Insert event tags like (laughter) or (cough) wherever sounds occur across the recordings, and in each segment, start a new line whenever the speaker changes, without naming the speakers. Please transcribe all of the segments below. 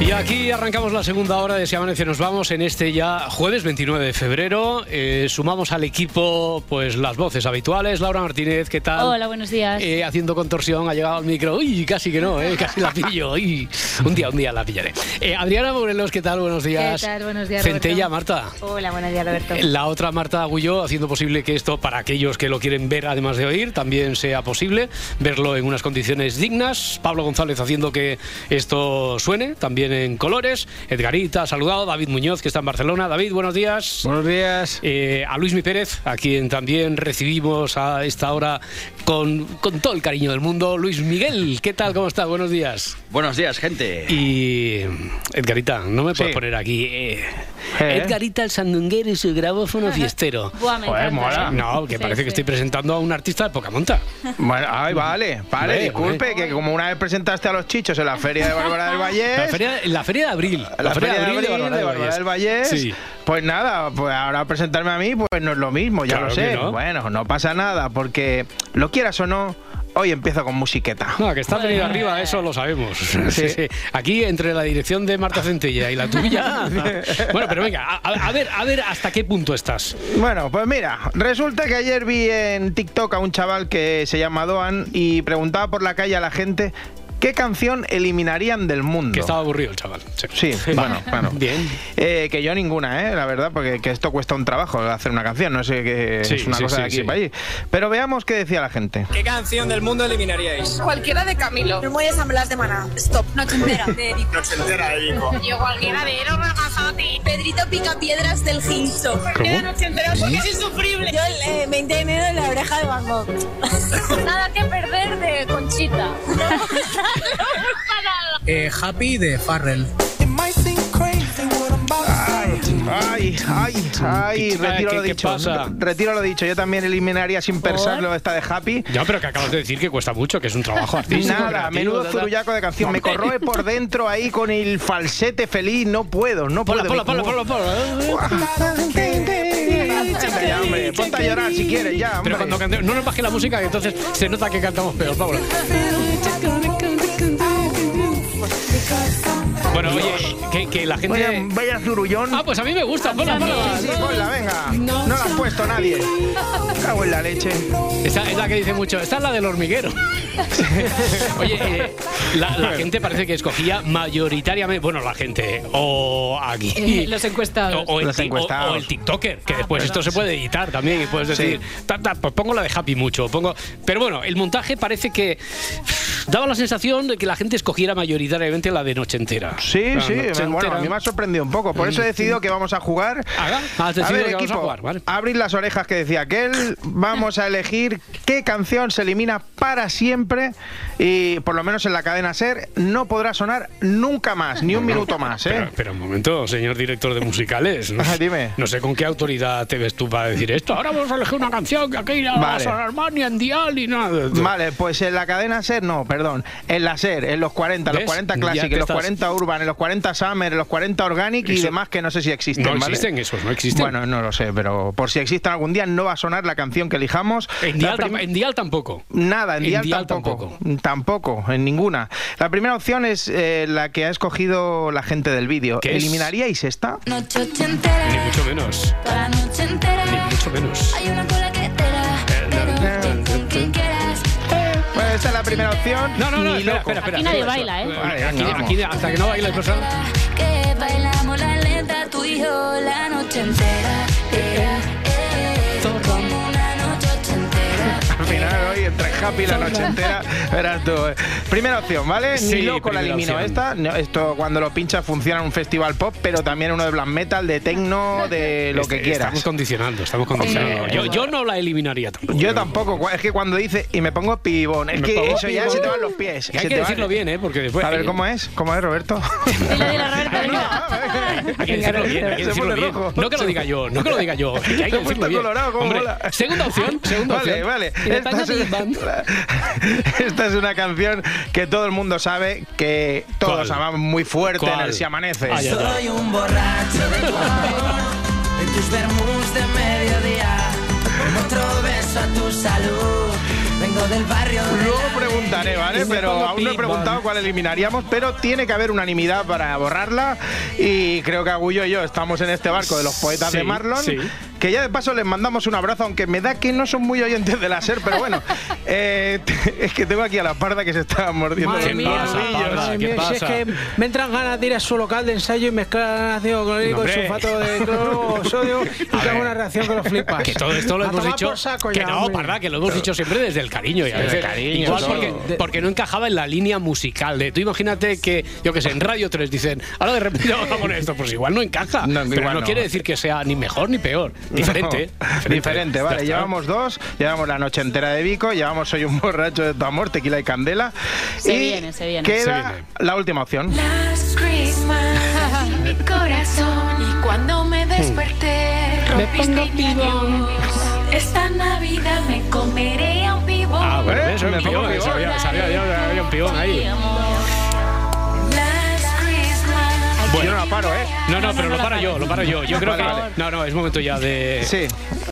Y aquí arrancamos la segunda hora de Si Amanece Nos Vamos en este ya jueves 29 de febrero. Eh, sumamos al equipo pues las voces habituales. Laura Martínez, ¿qué tal?
Hola, buenos días.
Eh, haciendo contorsión, ha llegado al micro. Uy, casi que no, eh, casi la pillo. Uy. Un día, un día la pillaré. Eh, Adriana Morelos, ¿qué tal? Buenos días.
¿Qué tal? Buenos días, Roberto.
Centella, Marta.
Hola, buenos días, Roberto.
(laughs) La otra Marta Agulló, haciendo posible que esto, para aquellos que lo quieren ver además de oír, también sea posible, verlo en unas condiciones dignas. Pablo González haciendo que esto suene, también en colores. Edgarita, ha saludado. David Muñoz, que está en Barcelona. David, buenos días.
Buenos días.
Eh, a Luismi Pérez, a quien también recibimos a esta hora con, con todo el cariño del mundo. Luis Miguel, ¿qué tal? ¿Cómo estás? Buenos días.
Buenos días, gente.
Y Edgarita, no me puedes
Sí.
poner aquí. eh.
¿Eh?
Edgarita el sandunguero y
(laughs)
su grabófono fiestero.
Buah, me
Joder, mola.
encanta, ¿eh?
No, que
Sí,
parece que
sí.
estoy presentando a un artista de poca monta.
Bueno, ay, vale, vale,
Hombre,
disculpe,
hombre.
que como una vez presentaste a los chichos en la feria de Bárbara del Valle.
La feria, la feria de abril.
la feria de abril
Bárbara
de Bárbara del Valle.
Sí.
Pues nada, pues ahora presentarme a mí, pues no es lo mismo, ya
Claro
lo sé.
que no.
Bueno, no pasa nada, porque lo quieras o no, hoy empiezo con musiqueta.
No, que está venido arriba, eso lo sabemos. (laughs) Sí, sí. Aquí, entre la dirección de Marta Centella y la
(laughs)
tuya. bueno, pero venga, a, a ver, a ver hasta qué punto estás.
Bueno, pues mira, resulta que ayer vi en TikTok a un chaval que se llama Doan y preguntaba por la calle a la gente qué canción eliminarían del mundo.
Que estaba aburrido el chaval. Sí, (laughs)
Sí, bueno, bueno.
Bien.
Eh, que yo ninguna, ¿eh? la verdad, porque que esto cuesta un trabajo hacer una canción, no sé qué
Sí,
es una
sí,
cosa
sí,
de aquí
sí.
para allí. Pero veamos qué decía la gente.
¿Qué canción del mundo eliminaríais?
Cualquiera de Camilo. No mueres a Blas de Maná. Stop. Noche entera.
Noche entera de Vico.
(laughs) Yo cualquiera de Eros Ramazzotti. Pedrito pica piedras del Ginso.
¿Cómo?
Noche entera porque es insufrible. Yo el eh, 20 de enero en la oreja de Van Gogh. (laughs)
Nada que perder de Conchita.
Eh, Happy de Farrell.
Ay, ay, ay, ay,
¿Qué-
retiro
qué-
lo
qué
dicho.
pasa?
Retiro lo dicho, yo también eliminaría sin pensarlo esta de Happy.
Ya, pero que acabas de decir que cuesta mucho, que es un trabajo artístico.
Nada,
creativo,
menudo
da, da.
zurullaco de canción. Me corroe por dentro ahí con el falsete feliz. No puedo, no puedo.
Ponla, ponla, ponla, ponla, ponla.
Ya, hombre, ponte a llorar si quieres, ya.
Pero
hombre.
cuando cante- no nos bajes la música, que entonces se nota que cantamos peor, Pablo. Bueno, oye, que, que la
Vaya,
gente.
vaya zurullón.
Ah, pues a mí me gusta, ponla, ponla.
Sí, sí, ponla, venga. No la has puesto nadie. Cago en la leche.
Esta es la que dice mucho, esta es la del hormiguero. Oye, eh,
(laughs)
la, la gente parece que escogía mayoritariamente, bueno, la gente, o aquí.
Eh, los encuestados. Ah,
O, o el,
Los
ti- o-
encuestados.
o el TikToker, que después esto se puede editar también y puedes decir, "Ta, ta, pues pongo la de Happy mucho, pongo... Pero bueno, el montaje parece que daba la sensación de que la gente escogiera mayoritariamente la de noche entera.
Sí,
La
sí,
noche
bueno,
entera. Mm,
a mí me ha sorprendido un poco. Por eso he decidido que vamos a jugar.
Haga, Ah, has decidido
a ver,
que vamos a
equipo,
jugar, vale.
abrid las orejas que decía aquel. Vamos a elegir qué canción se elimina para siempre y, por lo menos en la cadena Ser, no podrá sonar nunca más, ni un minuto más, ¿eh?
Pero, pero un momento, señor director de musicales. No,
Ajá, (laughs) dime.
No sé con qué autoridad te ves tú para decir esto. Ahora vamos a elegir una canción que aquí no va a
Vale.
sonar más ni en Dial ni nada.
Vale, pues en la cadena SER, no, perdón, en la SER, en los 40,
¿Ves?
los 40
Ya
Classic,
te
en los
estás-
40 Urban, en los 40 Summer, en los 40 Organic y
Eso-
demás que no sé si existen.
No
¿vale?
existen esos, no existen.
Bueno, no lo sé, pero por si existen algún día no va a sonar la canción que elijamos.
en,
La
Dial, tam-
prim-
en Dial tampoco.
Nada, en,
en
Dial,
Dial
tampoco. tampoco. en ninguna. La primera opción es eh, la que ha escogido la gente del vídeo.
¿Qué es?
¿Eliminaríais esta?
Noche
Ni
entera,
mucho menos.
toda la noche
Ni
entera.
mucho
(laughs)
menos.
Hay una cola que te da,
Eh,
pero ven con quien quieras.
Bueno, Pues esta es la primera opción.
No, no, no,
Ni
espera,
loco.
espera, espera,
Aquí nadie
espera,
baila,
espera.
¿eh? Vale,
aquí,
venga,
aquí, hasta que no baila el personal.
Que bailamos la lenta, tú y yo, la noche entera. Eh, eh, como una noche entera.
Al final, hoy entre happy la noche entera, verás tú. eh. Primera opción, ¿vale?
Sí,
Ni loco la
primera
elimino
opción.
esta. No, esto cuando lo pinchas funciona en un festival pop, pero también uno de black metal, de techno, de lo
Este-
que quieras.
Estamos condicionando, estamos condicionando. yo, yo no la eliminaría tampoco.
Yo tampoco, cua- es que cuando dice y me pongo pibón, es
Me
que
pongo
eso ya
pibón.
se te van los pies.
Que hay
se
que
te
decirlo
van.
bien, ¿eh? Porque después.
A ver, ¿cómo es? ¿Cómo es, Roberto?
(laughs)
Ah,
Dile, dile, Roberto, venga.
Hay que decirlo bien, hay que
Se
decirlo
pone
bien.
rojo.
No que lo diga yo, no que lo diga yo. que hay que
Se ha
decirlo
puesto
bien.
colorado, cómo
Hombre,
mola. (laughs)
segunda opción, segunda
Vale,
opción.
vale.
Y me
Esta
pongo
se-
Big Bang.
la- (laughs) Esta es una canción que todo el mundo sabe que todos
¿Cuál?
amamos muy fuerte en
¿Cuál?
el Si Amanece.
Ah, ya está.
un borracho de tu amor, de tus vermús de mediodía, con otro beso a tu salud. Vengo del barrio de
Luego
la
preguntaré, ¿vale? Pero aún no he preguntado cuál eliminaríamos, pero tiene que haber unanimidad para borrarla. Y creo que Agullo y yo estamos en este barco de los poetas
Sí,
de Marlon.
sí.
Que ya de paso les mandamos un abrazo, aunque me da que no son muy oyentes de la SER, pero
(laughs)
bueno. Eh, (laughs) es que tengo aquí a la parda que se está mordiendo
Madre
los
mía,
nudillos.
parda.
Madre
¿qué
mía, si
pasa?
es que me entran ganas de ir a su local de ensayo y mezclar ácido clorhídrico y
Hombre.
sulfato de cloro
(laughs)
o sodio y que haga una reacción que lo flipas.
Que todo esto lo
A
hemos
tomar
dicho.
por saco
que
ya,
no,
hombre.
parda, que lo hemos dicho siempre desde el cariño. Y a
Desde el
veces-
cariño,
igual
todo.
porque, porque no encajaba en la línea musical. De, tú imagínate que, yo que sé, en Radio 3 dicen, ahora de repente vamos a poner esto. Pues igual no encaja.
No,
pero
igual
no,
no.
quiere decir que sea ni mejor ni peor.
(laughs)
Diferente.
No, diferente, vale.
Ya está.
Llevamos dos, llevamos la noche entera de Vico, llevamos Soy un (laughs) borracho de tu amor, tequila y candela.
Se
y
viene, se viene.
Queda
Se viene.
la última opción.
Last Christmas y mi corazón y cuando me
Hmm.
desperté rompiste mi avión. Esta Navidad me comeré a un pibón.
Ah, bueno,
¿Eh?
eso es
Me
un
pongo
pibón.
pibón.
Sabía, sabía yo que había un pibón ahí.
Last Christmas.
Yo no la paro, ¿eh?
No, no, pero lo paro yo, lo paro yo. Yo creo que.
Vale, vale.
No, no, es momento ya de.
Sí.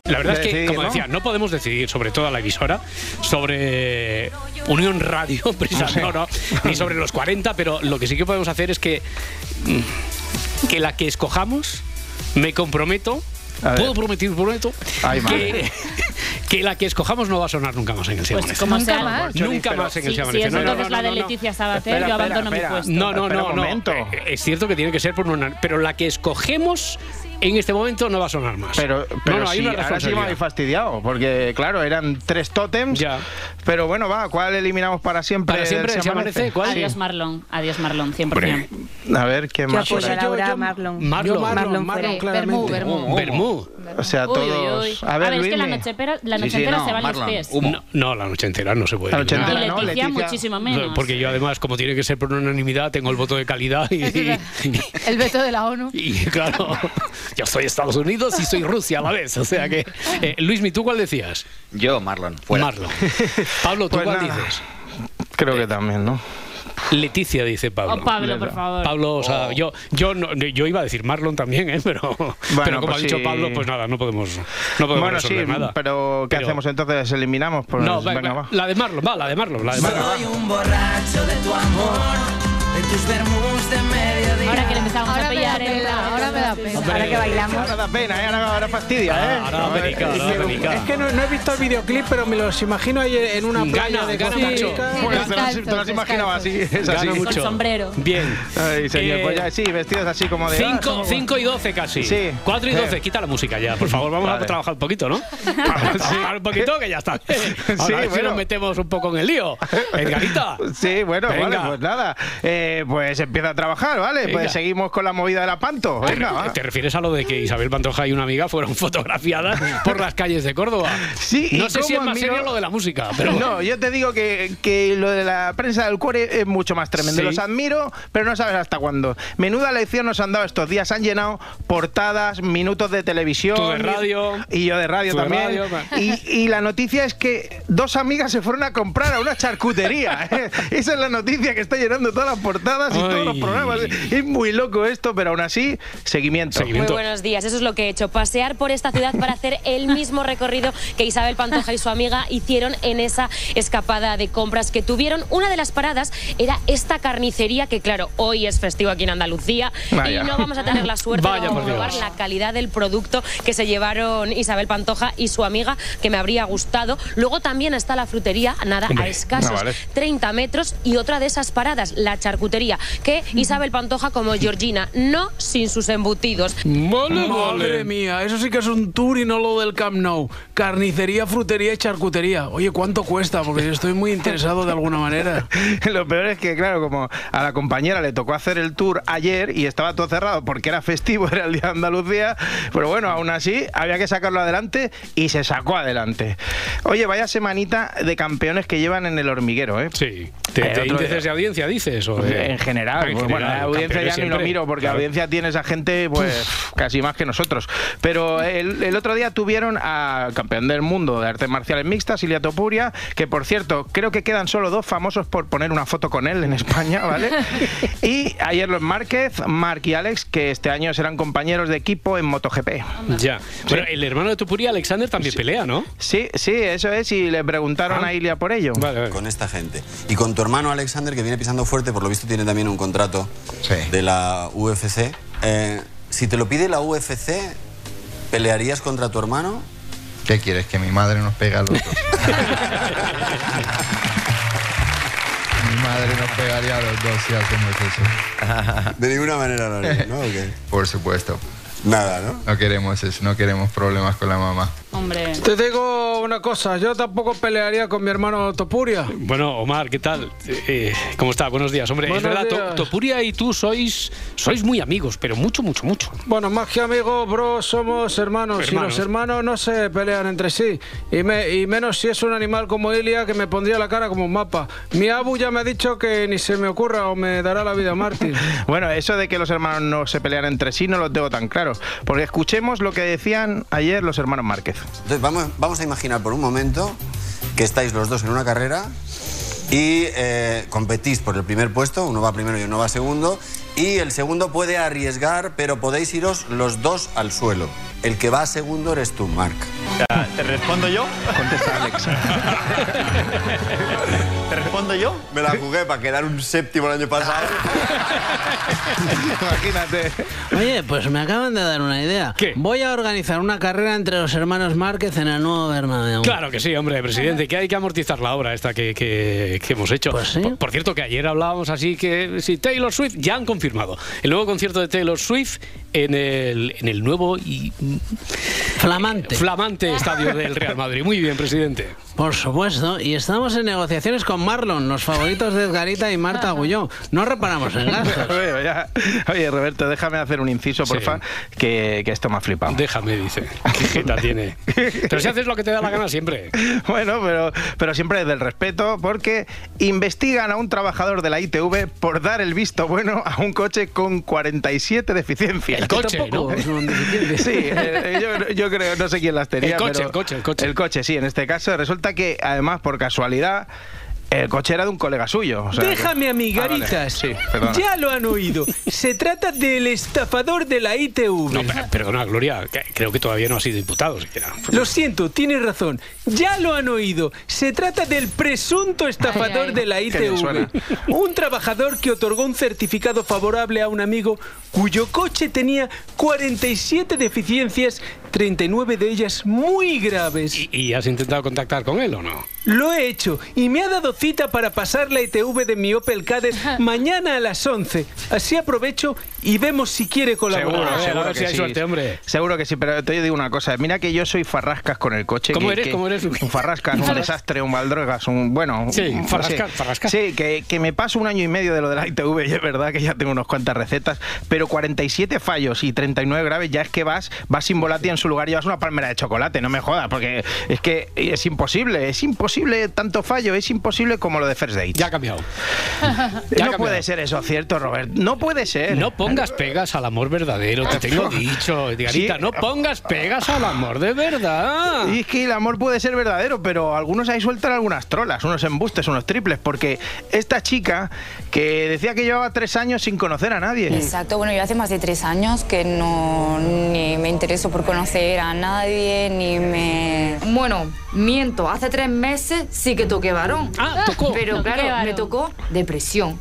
La verdad
De
es que,
decidir,
como
¿no?
decía, no podemos decidir sobre toda la emisora, sobre Unión Radio, (laughs) Prisa, no, no, ni sobre los 40, pero lo que sí que podemos hacer es que, mm, que la que escojamos, me comprometo,
A ver.
puedo prometer, prometo,
Ay, madre.
que, que la que escojamos no va a sonar nunca más en el Seamanece.
Pues como sea.
Nunca más.
Nunca más en
Si,
el
si
Se
es
Amanece. No, no,
entonces
no,
la Ah, de
no, no.
Leticia Sabater,
Espera,
yo
espera,
abandono
espera.
mi puesto.
No, no,
Espera
no,
un
no.
momento.
Eh, Es cierto que tiene que ser por una. Pero la que escogemos en este momento no va a sonar más.
Pero, pero
ah, no, no, hay
sí, ahora sí me
una
habéis
responsabilidad.
fastidiado, porque claro, eran tres tótems.
Ya.
Pero bueno, va, ¿cuál eliminamos para siempre?
Para siempre
del
se amanece, ¿cuál?
Sí.
Adiós, Marlon. Adiós, Marlon, 100%.
A ver, ¿qué más?
pues
apoyo
por ahí?
a
yo-
Laura
yo-
Marlon.
Marlon,
Yo Marlon,
Marlon
Marlon,
Fuere.
claramente.
Bermú, Bermú.
Bermú.
O sea,
Uy,
todos.
uy, uy.
A ver,
es que la
Luismi.
noche entera, la
Sí,
noche
sí,
entera
no,
se van los
Marlon,
pies.
humo.
No, no, la noche entera no se puede.
La noche
Y
entera,
Leticia,
¿no? Leticia.
muchísimo
No,
menos.
Porque yo además, como tiene que ser por unanimidad, tengo el voto de calidad
(laughs)
y, y-
El veto de la
(laughs)
ONU.
y, claro, yo soy Estados Unidos y soy Rusia a la vez. O sea que, eh, Luismi, ¿tú cuál decías?
Yo, Marlon, fuera.
Marlon. Pablo, ¿tú
Pues
cuál
nada.
dices?
Creo que también, ¿no?
Leticia dice Pablo.
Oh, Pablo, por favor.
Pablo, o
Oh.
sea, yo, yo, no- yo iba a decir Marlon también, ¿eh? pero, pero como
pues
ha dicho
sí.
Pablo, pues nada, no podemos, no podemos
Bueno, sí,
resolver nada.
pero ¿qué
Pero-
hacemos entonces? ¿Eliminamos? Pues,
No, va,
venga,
va,
va.
la de Marlon, va, la de Marlon, la de Marlon.
Soy un borracho de tu amor, de tus vermús de mediodía.
Ahora que le empezamos a
Ahora me da
pillar, ¿eh?
pena, ahora me da pena.
Hombre.
Ahora que bailamos.
Ahora da pena, ¿eh? ahora, ahora fastidia, ¿eh?
Ahora- ahora da penica, ahora da penica.
Es que no, no he visto el videoclip, pero me los imagino ahí en una
Gana,
playa de
gana
Costa
mucho.
Rica.
Sí,
Bueno, Pues, te lo has-
descalzos,
te lo has imaginado así, es
Gana
así.
mucho.
sombrero.
Bien.
Ay, señor,
Eh,
pues ya, sí, vestidos así como de... ah,
5
somos-
y 12 casi.
Sí.
4 y
Sí.
12, quita la música ya, por favor. Vamos a
Vale.
trabajar un
(laughs)
poquito, ¿no? Vamos a trabajar un poquito que ya está. Ahora
Sí,
a ver si
bueno.
nos metemos un poco en el lío. Edgarita.
Sí, bueno,
Venga.
vale, pues nada. Eh, pues empieza a trabajar, ¿vale?
Venga.
Pues seguimos con la movida de la Panto. Venga, va.
¿Te refieres a lo de que Isabel Pantoja y una amiga fueron (laughs) fotografiadas por las calles de Córdoba?
Sí,
No
¿y
sé si es
cómo
más
admiro-
serio lo de la música, pero (laughs)
No, yo te digo que, que lo de la prensa del cuore es mucho más tremendo.
Sí.
Los admiro, pero no sabes hasta cuándo. Menuda lección nos han dado estos días. Han llenado portadas, minutos de televisión.
Tú de radio.
Y yo de radio
Tú de
también.
radio, va. (laughs)
y, y la noticia es que dos amigas se fueron a comprar a una charcutería. (laughs) ¿eh? Esa es la noticia que está llenando todas las portadas y todos los
Ay.
programas. ¿eh? Es muy loco esto, pero aún así, seguimiento.
Seguimiento.
Muy buenos días, eso es lo que he hecho, pasear por esta ciudad para hacer el mismo recorrido que Isabel Pantoja y su amiga hicieron en esa escapada de compras que tuvieron. Una de las paradas era esta carnicería que, claro, hoy es festivo aquí en Andalucía
Vaya.
y no vamos a tener la suerte
Vaya,
de
por
comprobar
Dios.
la calidad del producto que se llevaron Isabel Pantoja y su amiga, que me habría gustado. Luego también está la frutería, nada,
Hombre,
a escasos
no vale.
30 metros y otra de esas paradas, la charcutería, que Isabel
(laughs)
Pantoja como Georgina, no sin sus embutidos.
Vale,
Madre mía, eso sí que es un tour y no lo del Camp Nou. Carnicería, frutería y charcutería. Oye, ¿cuánto cuesta? Porque yo estoy muy interesado de
(laughs)
alguna manera.
Lo peor es que, claro, como a la compañera le tocó hacer el tour ayer y estaba todo cerrado porque era festivo, (laughs) era el día de Andalucía, pero bueno, aún así había que sacarlo adelante y se sacó adelante. Oye, vaya semanita de campeones que llevan en el hormiguero, ¿eh?
Sí. ¿Te,
Eh,
te
otro
índices de audiencia dices? O, eh,
en general.
En
pues, bueno,
general,
la audiencia
campeones
ya ni lo
siempre,
miro porque
claro.
la audiencia tiene esa gente pues casi más que nosotros. Pero el, el otro día tuvieron a campeón del mundo de artes marciales mixtas, Ilia Topuria, que por cierto, creo que quedan solo dos famosos por poner una foto con él en España, ¿vale? y ayer los Márquez, Marc y Alex, que este año serán compañeros de equipo en MotoGP.
Ya. Bueno, el hermano de Tupuria, Alexander, también pelea, ¿no?
Sí, sí, eso es, y le preguntaron a Ilia por ello.
Con esta gente. Y con tu hermano Alexander, que viene pisando fuerte, por lo visto tiene también un contrato de la UFC. Eh, si te lo pide la UFC, ¿pelearías contra tu hermano?
¿Qué quieres? Que mi madre nos pega a los dos. mi madre nos pegaría a los dos si hacemos eso.
(laughs) De ninguna manera lo haría, ¿no?
Por supuesto.
Nada, ¿no?
No queremos eso, no queremos problemas con la mamá.
Hombre.
Te digo una cosa, yo tampoco pelearía con mi hermano Topuria.
Bueno, Omar, ¿qué tal? Eh, eh, ¿Cómo está? Buenos días, hombre.
Buenos
es verdad,
días.
To- Topuria y tú sois, sois muy amigos, pero mucho, mucho, mucho.
Bueno, más que amigos, bro, somos hermanos, y
Hermanos.
los hermanos no se pelean entre sí. Y, me- y menos si es un animal como Ilia que me pondría la cara como un mapa. Mi abu ya me ha dicho que ni se me ocurra o me dará la vida mártir.
Bueno, eso de que los hermanos no se pelean entre sí no lo tengo tan claro. Porque escuchemos lo que decían ayer los hermanos Márquez.
Entonces vamos, vamos a imaginar por un momento que estáis los dos en una carrera y eh, competís por el primer puesto, uno va primero y uno va segundo, y el segundo puede arriesgar, pero podéis iros los dos al suelo. El que va segundo eres tú, Marc.
¿Te respondo yo?
Contesta Alex.
(laughs) ¿Te respondo yo?
Me la jugué para quedar un séptimo el año
(laughs)
pasado.
Imagínate.
Oye, pues me acaban de dar una idea. Voy a organizar una carrera entre los hermanos Márquez en el nuevo Bernabéu.
Claro que sí, hombre, presidente, que hay que amortizar la obra esta que, que- que hemos hecho.
Pues
por, por cierto, que ayer hablábamos así que si Taylor Swift ya han confirmado el nuevo concierto de Taylor Swift en el, en el nuevo y
flamante
flamante estadio del Real Madrid. Muy bien, presidente.
Por supuesto, y estamos en negociaciones con Marlon, los favoritos de Edgarita y Marta Agulló. No reparamos en
(laughs)
gastos.
Oye, ya. Oye, Roberto, déjame hacer un inciso, porfa, que, que esto me ha flipado.
Déjame,
(laughs)
dice. ¿Qué jeta tiene? Pero si haces lo que te da la gana siempre.
Bueno, pero, pero siempre desde el respeto, porque investigan a un trabajador de la ITV por dar el visto bueno a un coche con 47 deficiencias.
El coche, ¿no?
Sí, eh, yo, yo creo, no sé quién las tenía.
El coche,
pero-
el coche, el coche.
El coche, sí, en este caso. Resulta que, además, por casualidad, el coche era de un colega suyo. (laughs) o sea que-
Déjame, amigaritas.
Ah, vale. Sí, perdona.
ya lo han oído. Se trata del estafador de la ITV.
No, per- perdona, Gloria, que- creo que todavía no ha sido imputado siquiera.
Lo siento, tienes razón. Ya lo han oído. Se trata del presunto estafador de la
Qué bien suena.
ITV. (laughs) Un trabajador que otorgó un certificado favorable a un amigo cuyo coche tenía 47 deficiencias, 39 de ellas muy graves.
¿Y has intentado contactar con él o no?
Lo he hecho y me ha dado cita para pasar la ITV de mi Opel Kadett mañana a las 11. Así aprovecho y vemos si quiere colaborar.
Seguro, seguro que sí.
hombre.
Seguro que sí, pero te digo una cosa. Mira que yo soy farrascas con el coche.
¿Cómo
que-
eres?
que-
¿Cómo eres?
Un farrascas, un
(laughs) Farras-
desastre, un baldrogas, un... Bueno...
Sí,
un-
farrascas,
Mm, sí.
farrascas.
Sí, que, que me paso un año y medio de lo de la ITV y es verdad que ya tengo unas cuantas recetas, pero 47 fallos y 39 graves ya es que vas, vas sin volátil en su lugar, llevas una palmera de chocolate, no me jodas, porque es que es imposible, es imposible tanto fallo, es imposible como lo de First Date. Ya ha
cambiado.
no puede ser eso, ¿cierto, Robert? No puede ser.
No pongas pegas al amor verdadero, te
(laughs)
tengo dicho. Edgarita,
Sí.
no pongas pegas al amor de verdad.
Y es que el amor puede ser verdadero, pero algunos ahí sueltan algunas trolas, unos embustes, unos triples, porque esta chica que decía que llevaba tres años sin conocer a nadie.
Exacto, bueno, yo hace más de tres años que no ni me intereso por conocer a nadie, ni me... Bueno, miento, hace tres meses sí que toqué varón.
Ah, tocó.
(laughs) Pero
Toqué
claro, me
varón.
tocó depresión.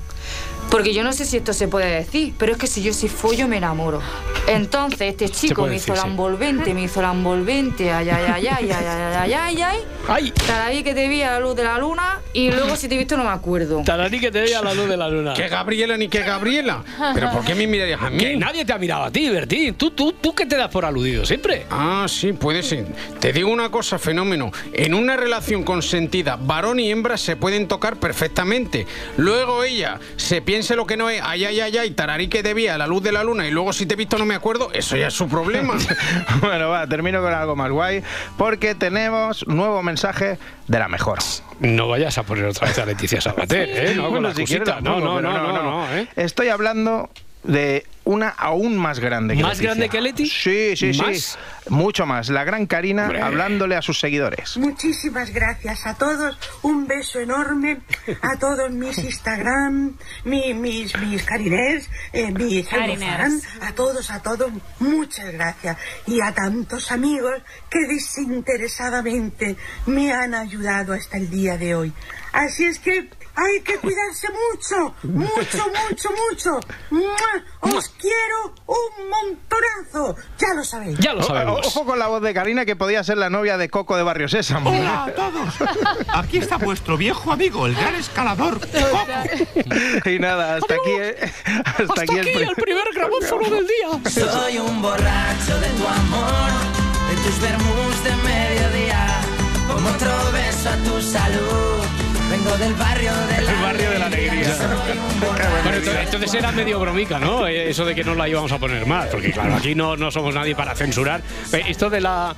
Porque yo no sé si esto se puede decir, pero es que si yo soy follo me enamoro. Entonces este chico
puede
me
decir,
hizo la
sí.
envolvente, me hizo la envolvente, ay, ay, ay, ay, ay, ay, ay, ay, ay. Tararí que te vi a la luz de la luna y luego si te he visto no me acuerdo.
Tararí que te vi a la luz de la luna.
Que Gabriela ni que Gabriela. ¿Pero por qué me mirarías a mí?
Que nadie te ha mirado a ti, Bertín. Tú, tú, tú que te das por aludido siempre.
Ah, sí, puede ser. Te digo una cosa, fenómeno. En una relación consentida, varón y hembra se pueden tocar perfectamente. Luego ella se piense lo que no es, ay, ay, ay, ay, tararique debía a la luz de la luna y luego si te he visto no me acuerdo,
(laughs)
eso ya es su problema.
bueno, va, termino con algo más guay, porque tenemos nuevo mensaje. mensaje de la mejor.
No vayas a poner otra vez a Leticia Sabater, ¿eh? No, con
Bueno,
la
si quieres
cosita.
la
no,
pongo,
no,
pero
no, no, no, ¿eh?
Estoy hablando de una aún más grande que
¿Más
Leticia.
grande que Leti?
Sí, sí,
¿Más?
sí. Mucho más. La gran Karina hablándole a sus seguidores.
Muchísimas gracias a todos, un beso enorme a todos mis Instagram, mi- mis, mis cariners, eh, mis
Cariners.
fan, a todos, a todos, muchas gracias. Y a tantos amigos que desinteresadamente me han ayudado hasta el día de hoy. Así es que hay que cuidarse mucho, mucho, mucho, mucho. ¡Mua! Os quiero un montonazo, ya lo sabéis.
O- Ojo con la voz de Karina que podía ser la novia de Coco de Barrio Sésamo.
Hola
a
todos.
Aquí está vuestro viejo amigo, el gran escalador (laughs) y nada, hasta aquí, eh, hasta aquí el, pre-
grabófono del día. (laughs) Soy un borracho de tu amor, de tus vermús de mediodía, como otro beso a tu salud. Vengo del barrio de la, barrio de la alegría. Soy un borracho.
Bueno, entonces, entonces era medio bromica, ¿no? Eh, Eso de que no la íbamos a poner más, porque claro, aquí no, no somos nadie para censurar. Eh, Esto de la.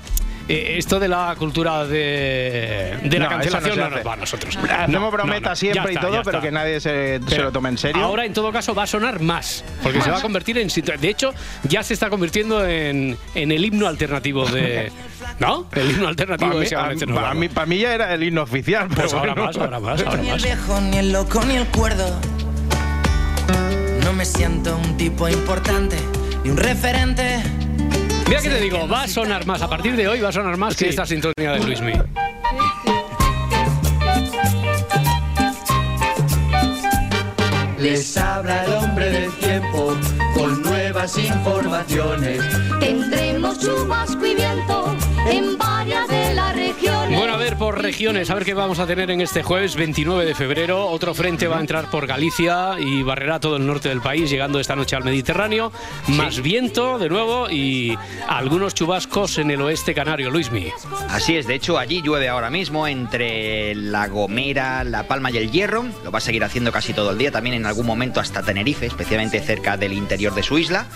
eh, Esto de la cultura de, de la
No,
cancelación
eso no se
no, nos
hace.
va a nosotros.
Hacemos brometas
No, no, ya
siempre y
está,
todo,
ya
pero
está.
que nadie Eh, se, se
Pero
lo tome en serio.
Ahora, en todo caso, va a sonar más, porque se
Más.
va a convertir en. sinto- De hecho, ya se está convirtiendo en, en el himno
(laughs)
alternativo de. ¿No? El himno alternativo
Para
de
mí,
ese Valencia
a-
nos
para
vamos.
mí- para mí ya era el himno oficial, pero
Pues ahora
bueno.
más, ahora más, ahora
Ni el
más.
viejo, ni el loco, ni el cuerdo. No me siento un tipo importante, ni un referente.
Mira que te digo, va a sonar más. A partir de hoy va a sonar más que esta sintonía de Luismi.
Les habla el hombre del tiempo con nuevas informaciones.
Tendremos chubasco y viento en varias de las regiones.
Bueno, a ver por regiones, a ver qué vamos a tener en este jueves 29 de febrero. Otro frente va a entrar por Galicia y barrerá todo el norte del país, llegando esta noche al Mediterráneo. Más viento de nuevo y algunos chubascos en el oeste canario, Luismi.
Así es, de hecho allí llueve ahora mismo entre La Gomera, La Palma y el Hierro. Lo va a seguir haciendo casi todo el día, también en algún momento hasta Tenerife, especialmente cerca del interior de su isla.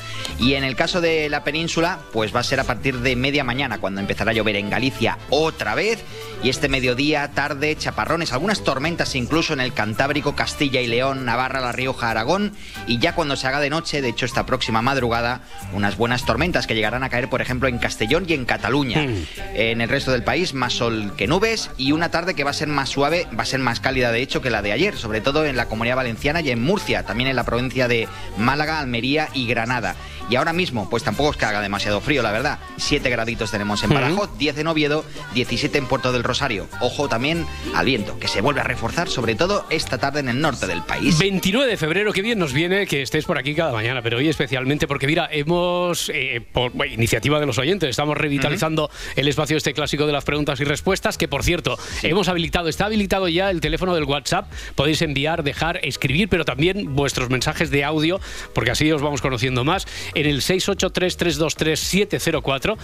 Y en el caso de la península, pues va a ser a partir de media mañana cuando empezará a llover en Galicia otra vez. Y este mediodía, tarde, chaparrones, algunas tormentas incluso en el Cantábrico, Castilla y León, Navarra, La Rioja, Aragón. Y ya cuando se haga de noche, de hecho esta próxima madrugada, unas buenas tormentas que llegarán a caer, por ejemplo, en Castellón y en Cataluña. En el resto del país, más sol que nubes y una tarde que va a ser más suave, va a ser más cálida de hecho que la de ayer, sobre todo en la Comunidad Valenciana y en Murcia, también en la provincia de Málaga, Almería y Granada. Y ahora mismo, pues tampoco es que haga demasiado frío, la verdad. 7 graditos tenemos en
Ujú.
Badajoz, 10 en Oviedo, 17 en Puerto del Rosario. Ojo también al viento, que se vuelve a reforzar, sobre todo esta tarde en el norte del país.
29 de febrero, qué bien nos viene que estés por aquí cada mañana, pero hoy especialmente porque, mira, hemos, eh, por bueno, iniciativa de los oyentes, estamos revitalizando el espacio este clásico de las preguntas y respuestas, que por cierto, hemos habilitado, está habilitado ya el teléfono del WhatsApp, podéis enviar, dejar, escribir, pero también vuestros mensajes de audio, porque así os vamos conociendo más, en el 683-323-704,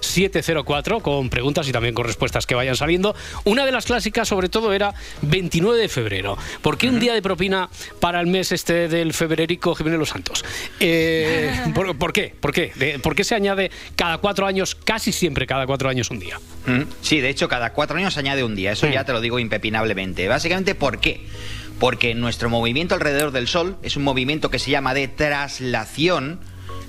683-323-704, con preguntas y también con respuestas que vayan saliendo. Una de las clásicas, sobre todo, era 29 de febrero. ¿Por qué un día de propina para el mes este del febrerico Jiménez Los Santos? Eh, ¿por, por qué? ¿Por qué? De- ¿Por qué se añade cada cuatro años, casi siempre cada cuatro años, un día?
Mm, Sí, de hecho, cada cuatro años se añade un día. Eso ya te lo digo impepinablemente. Básicamente, ¿por qué? Porque nuestro movimiento alrededor del Sol es un movimiento que se llama de traslación.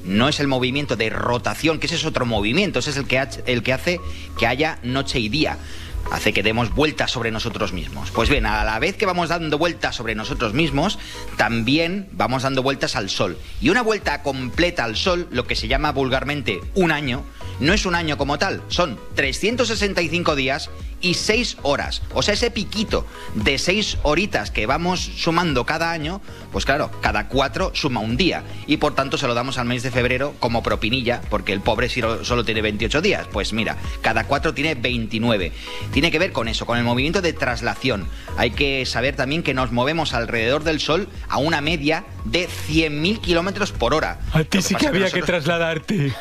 No es el movimiento de rotación, que ese es otro movimiento, ese es el que, ha- el que hace que haya noche y día. Hace que demos vueltas sobre nosotros mismos. Pues bien, a la vez que vamos dando vueltas sobre nosotros mismos, también vamos dando vueltas al Sol. Y una vuelta completa al Sol, lo que se llama vulgarmente un año, no es un año como tal, son 365 días y 6 horas. O sea, ese piquito de 6 horitas que vamos sumando cada año, pues claro, cada 4 suma un día. Y por tanto se lo damos al mes de febrero como propinilla, porque el pobre si lo- solo tiene 28 días. Pues mira, cada 4 tiene 29. Tiene que ver con eso, con el movimiento de traslación. Hay que saber también que nos movemos alrededor del Sol a una media de 100.000 kilómetros por hora. (laughs)
A
Lo
ti sí
pasa
que había
nosotros-
(laughs)
que trasladarte.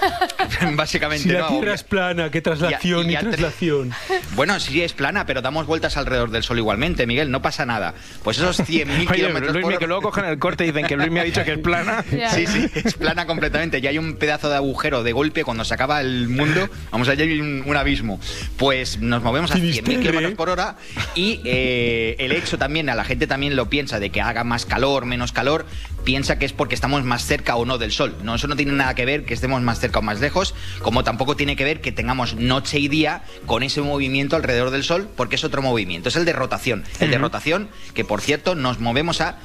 Básicamente
Si la
no,
tierra es plana, qué traslación
Y a-
y,
y a tre-
traslación.
Bueno, si sí es plana, pero damos vueltas alrededor del Sol igualmente, Miguel, no pasa nada. Pues
(laughs)
esos 100.000
Oye,
kilómetros
Luis,
por
que luego cogen el corte y dicen que Luis me ha dicho que es plana.
(laughs) Sí, sí, es plana completamente. Y hay un pedazo de agujero de golpe cuando se acaba el mundo. Vamos allá, hay un, un abismo. Pues nos movemos a 100.000 kilómetros por hora. Y eh, el hecho también, a la gente también lo piensa, de que haga más calor, menos calor, piensa que es porque estamos más cerca o no del sol. No, eso no tiene nada que ver que estemos más cerca o más lejos, como tampoco tiene que ver que tengamos noche y día con ese movimiento alrededor del sol, porque es otro movimiento, es el de rotación. El de
Ujú.
rotación, que por cierto nos movemos a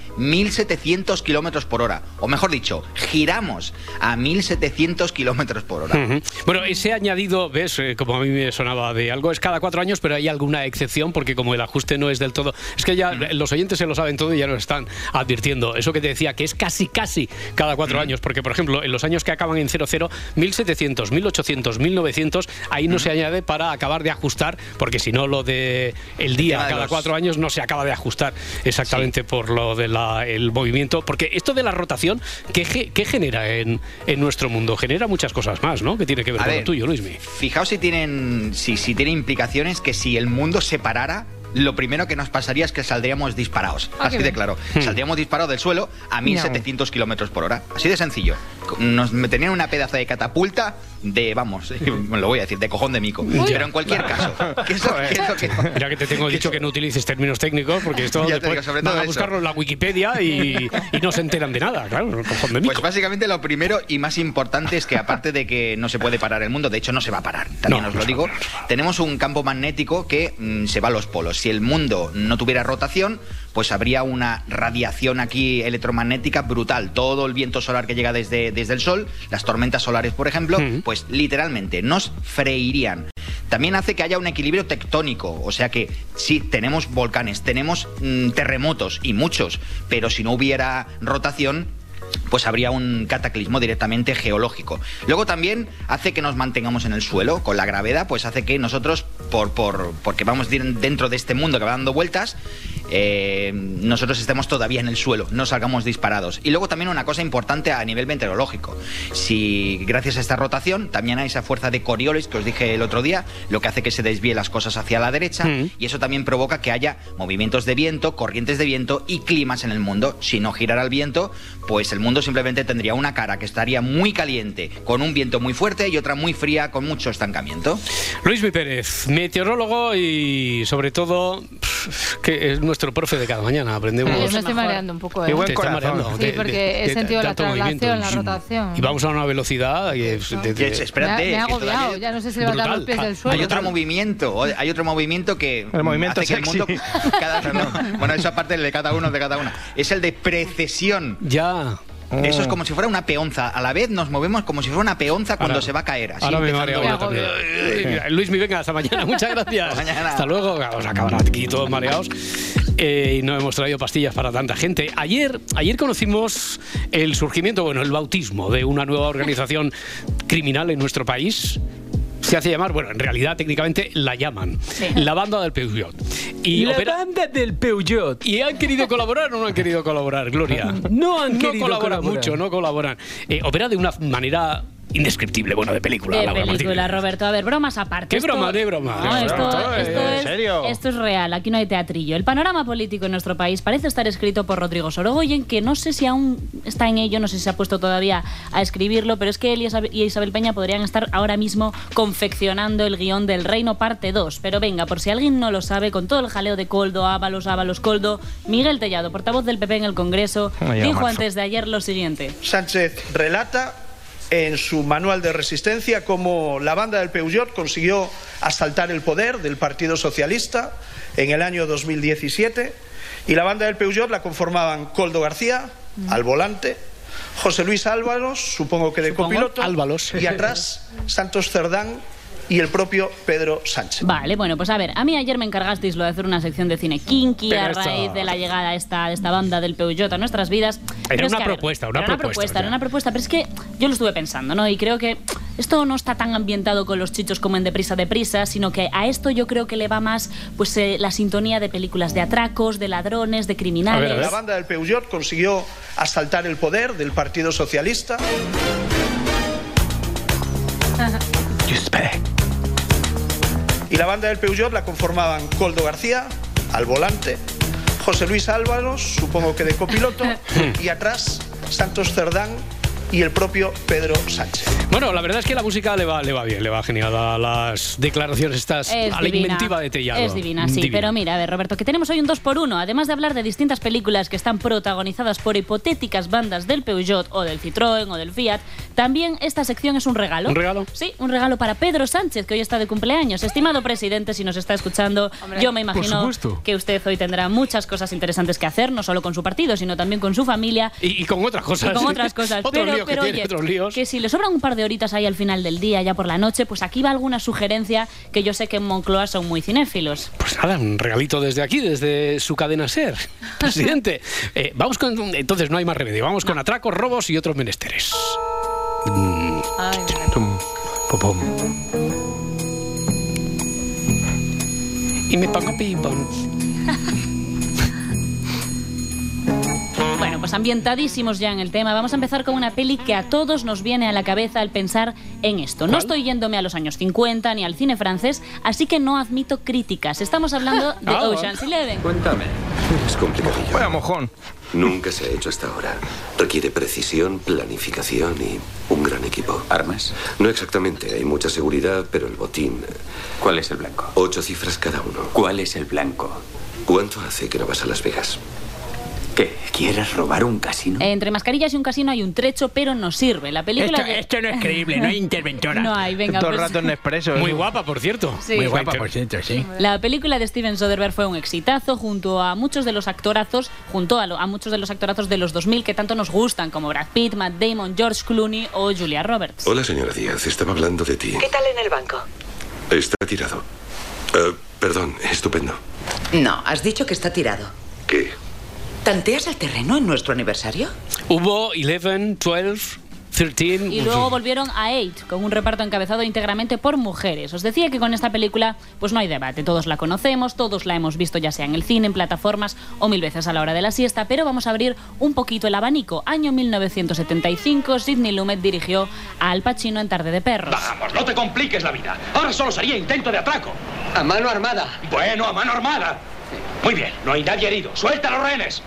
1700 kilómetros por hora, o mejor dicho, giramos a 1700 kilómetros por hora.
Ujú. Bueno, ese añadido, ves, Eh, como a mí me sonaba de algo, es cada cuatro años, pero hay alguna excepción porque como el ajuste no es del todo, es que ya eh, los oyentes se lo saben todo y ya nos están advirtiendo. Eso que te decía, que es casi, casi cada cuatro años, porque por ejemplo, en los años que acaban en 00, 1700, 1800, 1900, ahí no se añade para acabar de ajustar, porque si no lo de el día
tema de
cada
los-
cuatro años no se acaba de ajustar exactamente por lo del el movimiento, porque esto de la rotación, ¿qué, ge- qué genera en, en nuestro mundo? Genera muchas cosas más, ¿no? Que tiene que ver
A
con
ver.
lo tuyo, Luismi.
Fijaos si tienen, si, si tiene implicaciones que si el mundo se parara, lo primero que nos pasaría es que saldríamos disparados.
Ah,
así
qué
de
bien.
claro.
Hmm.
Saldríamos disparados del suelo a 1700 kilómetros por hora. Así de sencillo. Nos tenían una pedazo de catapulta de, vamos, (laughs) lo voy a decir, de cojón de mico.
Ya.
Pero en
(laughs)
cualquier caso, ¿qué es lo- qué es lo que
Ya que te tengo dicho que no utilices términos técnicos, porque
(laughs)
esto
Ya te
después
digo, sobre
van
todo
a
eso.
buscarlo en la Wikipedia y, y no se enteran de nada, claro. cojón de mico.
Pues básicamente lo primero y más importante es que aparte de que no se puede parar el mundo, de hecho no se va a parar, también os lo digo, tenemos un campo magnético que mm, se va a los polos. Si el mundo no tuviera rotación, pues habría una radiación aquí electromagnética brutal. Todo el viento solar que llega desde, desde el Sol, las tormentas solares, por ejemplo, pues literalmente nos freirían. También hace que haya un equilibrio tectónico, o sea que sí, tenemos volcanes, tenemos mm, terremotos y muchos, pero si no hubiera rotación, pues habría un cataclismo directamente geológico. Luego también hace que nos mantengamos en el suelo con la gravedad, pues hace que nosotros, por, por- porque vamos dir- dentro de este mundo que va dando vueltas, eh, nosotros estemos todavía en el suelo, no salgamos disparados. Y luego también una cosa importante a nivel meteorológico. Si gracias a esta rotación también hay esa fuerza de Coriolis que os dije el otro día, lo que hace que se desvíe las cosas hacia la derecha
Mm.
y eso también provoca que haya movimientos de viento, corrientes de viento y climas en el mundo. Si no girara el viento, pues el mundo simplemente tendría una cara que estaría muy caliente, con un viento muy fuerte y otra muy fría, con mucho estancamiento.
Luismi Pérez, meteorólogo y sobre todo pff, que es nuestro profe de cada mañana. Aprendemos.
Yo me estoy mareando un poco. ¿eh?
Qué buen Te está corazón. mareando.
Sí,
Te- te-
porque he
te-
sentido la
tanto
traslación, la
movimiento.
rotación.
Y vamos a una velocidad. que es de- de-
Y es-
Me ha,
espérate,
me ha
que todavía
agobiado, ya no sé si levantar los pies
Ah,
del suelo.
Hay otro movimiento, o- hay otro movimiento que
El movimiento
hace que
sexy.
el mundo cada no, bueno, eso aparte de cada uno de cada una. Es el de precesión.
Ya.
Eso es como si fuera una peonza. A la vez nos movemos como si fuera una peonza cuando se va a caer. Así
Ahora me
empezando-
mareo yo también. Luis, mi venga, hasta mañana. Muchas gracias. (laughs) Hasta luego. Vamos a acabar aquí todos mareados. Eh, y no hemos traído pastillas para tanta gente. Ayer, ayer conocimos el surgimiento, bueno, el bautismo de una nueva organización criminal en nuestro país. Se hace llamar, bueno, en realidad técnicamente la llaman, la banda del Peugeot. Y
La
banda del Peugeot. ¿Y han querido colaborar o no han (laughs) querido colaborar, Gloria?
(laughs) No han querido
colaboran
colaborar.
mucho, no colaboran. Eh, opera de una manera indescriptible, bueno, de película.
De
Laura Martínez.
película, Roberto. A ver, bromas aparte.
¿Qué
Esto-
broma? ¿Qué broma?
No,
¿Qué
esto,
broma?
esto
¿En
es,
serio?
esto es real, aquí no hay teatrillo. El panorama político en nuestro país parece estar escrito por Rodrigo Sorogoyen, que no sé si aún está en ello, no sé si se ha puesto todavía a escribirlo, pero es que él y Isabel, y Isabel Peña podrían estar ahora mismo confeccionando el guión del Reino Parte 2. Pero venga, por si alguien no lo sabe, con todo el jaleo de Coldo, Ábalos, Ábalos, Coldo, Miguel Tellado, portavoz del PP en el Congreso,
Me llama
dijo
Marzo.
antes de ayer lo siguiente.
Sánchez relata en su manual de resistencia cómo la banda del Peugeot consiguió asaltar el poder del Partido Socialista en el año 2017 y la banda del Peugeot la conformaban Coldo García al volante, José Luis Álvaros, supongo que de copiloto, y atrás Santos Cerdán y el propio Pedro Sánchez.
Vale, bueno, pues a ver, a mí ayer me encargasteis lo de hacer una sección de cine kinky
Pero
a
esto-
raíz de la llegada de esta, de esta banda del Peugeot a nuestras vidas. Pero es
una
que, a ver,
propuesta, una
era
propuesta, o sea.
era una propuesta, pero es que yo lo estuve pensando, ¿no? Y creo que esto no está tan ambientado con los chichos como en Deprisa Deprisa, sino que a esto yo creo que le va más pues eh, la sintonía de películas de atracos, de ladrones, de criminales.
La banda del Peugeot consiguió asaltar el poder del Partido Socialista.
(laughs)
Y Y la banda del Peugeot la conformaban Coldo García, al volante, José Luis Álvaro, supongo que de copiloto, y atrás Santos Cerdán y el propio Pedro Sánchez.
Bueno, la verdad es que la música le va, le va bien, le va genial a las declaraciones estas,
Es
a la
divina.
inventiva de Tellado. Mm,
Es divina, sí. Pero mira, a ver, Roberto, que tenemos hoy un 2 por 1 Además de hablar de distintas películas que están protagonizadas por hipotéticas bandas del Peugeot o del Citroën o del Fiat, también esta sección es un regalo.
¿Un regalo?
Sí, un regalo para Pedro Sánchez, que hoy está de cumpleaños. Estimado presidente, si nos está escuchando, yo me
por
imagino
supuesto.
que usted hoy tendrá muchas cosas interesantes que hacer, no solo con su partido, sino también con su familia.
Y, y con otras cosas.
Y con otras cosas.
otros líos
pero, pero
que tiene,
oye,
otros líos.
que si le sobran un par de horitas ahí al final del día, ya por la noche, pues aquí va alguna sugerencia que yo sé que en Moncloa son muy cinéfilos.
(laughs) Pues nada, un regalito desde aquí, desde su cadena
(laughs)
ser. Presidente, Eh, vamos con... Entonces no hay más remedio. Vamos con atracos, robos y otros menesteres. Mm. Tum, pum, pum. Y me pongo ping-pong.
Bueno, pues ambientadísimos ya en el tema, vamos a empezar con una peli que a todos nos viene a la cabeza al pensar en esto. No
¿Cuál?
estoy yéndome a los años 50 ni al cine francés, así que no admito críticas.
(laughs)
Estamos hablando de
Ah,
Ocean's Eleven.
Cuéntame. Es complicadillo. Vaya mojón. Nunca se ha hecho hasta ahora. Requiere precisión, planificación y un gran equipo. ¿Armas? No exactamente. Hay mucha seguridad, pero el botín. ¿Cuál es el blanco? Ocho cifras cada uno. ¿Cuál es el blanco? ¿Cuánto hace que no vas a Las Vegas? ¿Qué? ¿Quieres robar un casino?
Entre mascarillas y un casino hay un trecho, pero no sirve. La película
Esto-
de-
esto no es creíble,
(laughs)
no hay interventora.
No hay, venga,
Todo el
pues-
rato en Nespresso.
Muy guapa, por cierto.
Sí. Muy guapa, por
cierto, sí.
La película de Steven Soderbergh fue un exitazo junto a muchos de los actorazos, junto a, lo- a muchos de los actorazos de los 2000 que tanto nos gustan, como Brad Pitt, Matt Damon, George Clooney o Julia Roberts.
Hola, señora Díaz. Estaba hablando de ti.
tal en el banco?
Está tirado. Eh, perdón, estupendo.
No, has dicho que está tirado.
¿Qué?
¿Tanteas el terreno en nuestro aniversario?
Hubo 11, 12, 13...
Y luego volvieron a Eight, con un reparto encabezado íntegramente por mujeres. Os decía que con esta película pues no hay debate, todos la conocemos, todos la hemos visto ya sea en el cine, en plataformas o mil veces a la hora de la siesta, pero vamos a abrir un poquito el abanico. Año 1975, Sidney Lumet dirigió a Al Pacino en Tarde de Perros.
Vamos, no te compliques la vida. Ahora solo sería intento de atraco. A mano armada. Bueno, a mano armada. Muy bien, no hay nadie herido. Suelta a los rehenes.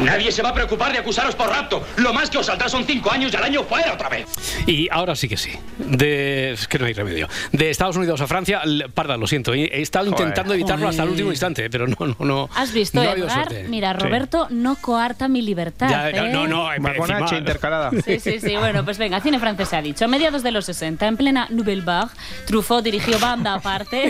Nadie se va a preocupar de acusaros por rapto. Lo más que os saldrá son cinco años y al año fuera otra vez.
Y ahora sí que sí. De, es que no hay remedio. De Estados Unidos a Francia, l- parda, lo siento. eh, He he estado
Joder.
intentando evitarlo hasta el
Joder.
último instante, pero no, no, no.
¿Has visto,
no ha habido
Edgar?
suerte.
Mira,
Sí.
Roberto no coarta mi libertad.
Ya,
¿eh?
no, no, eh,
Va con
encima-
H intercalada.
Sí, sí, sí. Bueno, pues venga, cine francés se ha dicho. A mediados de los 60, en plena Nouvelle Vague, Truffaut dirigió
(laughs)
Banda aparte.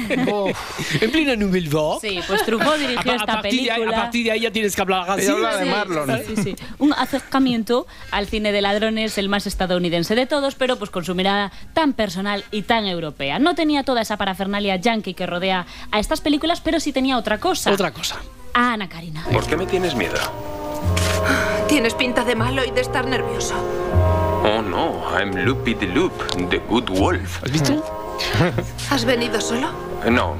En plena Nouvelle Vague.
Sí, pues Truffaut dirigió
A pa- a
esta
partir de ahí-
película.
a partir de ahí ya tienes que hablar así.
Ella habla de Marlon.
Sí, sí. Un acercamiento al cine de ladrones, el más estadounidense de todos, pero pues con su mirada tan personal y tan europea. No tenía toda esa parafernalia yankee que rodea a estas películas, pero sí tenía otra cosa.
Otra cosa.
A Ana Karina.
¿Por qué me tienes miedo?
Tienes pinta de malo y de estar nervioso.
Oh, no. I'm Loopy the Loop, the Good Wolf. ¿Has visto?
¿Has venido solo?
No.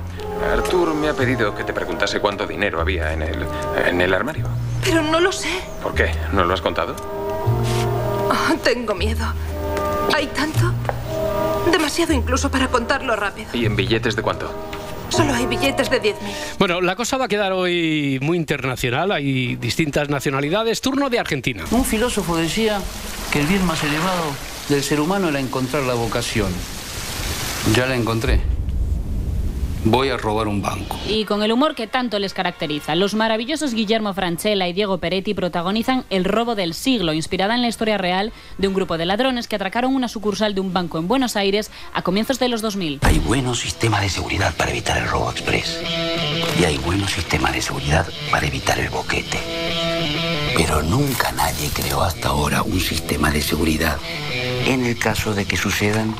Arthur me ha pedido que te preguntase cuánto dinero había en el, en el armario.
Pero no lo sé.
¿Por qué? ¿No lo has contado?
Ah, tengo miedo. ¿Hay tanto? Demasiado incluso para contarlo rápido.
¿Y en billetes de cuánto?
Solo hay billetes de 10.000.
Bueno, la cosa va a quedar hoy muy internacional. Hay distintas nacionalidades. Turno de Argentina.
Un filósofo decía que el bien más elevado del ser humano era encontrar la vocación. Ya la encontré. Voy a robar un banco.
Y con el humor que tanto les caracteriza, los maravillosos Guillermo Franchella y Diego Peretti protagonizan El robo del siglo, inspirada en la historia real de un grupo de ladrones que atracaron una sucursal de un banco en Buenos Aires a comienzos de los 2000.
Hay buenos sistemas de seguridad para evitar el robo express. Y hay buenos sistemas de seguridad para evitar el boquete. Pero nunca nadie creó hasta ahora un sistema de seguridad en el caso de que sucedan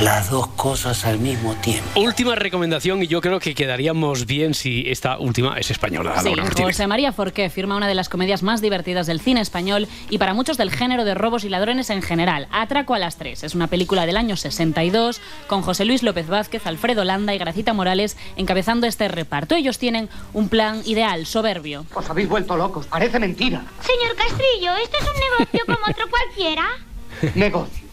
las dos cosas al mismo tiempo.
Última recomendación y yo creo que quedaríamos bien si esta última es española.
Sí,
Laura Martínez.
José María Forqué firma una de las comedias más divertidas del cine español y para muchos del género de robos y ladrones en general. Atraco a las tres es una película del año 62 con José Luis López Vázquez, Alfredo Landa y Gracita Morales encabezando este reparto. Ellos tienen un plan ideal, soberbio.
Os habéis vuelto locos, parece mentira.
Señor Castrillo, este es un negocio como otro cualquiera.
Negocio.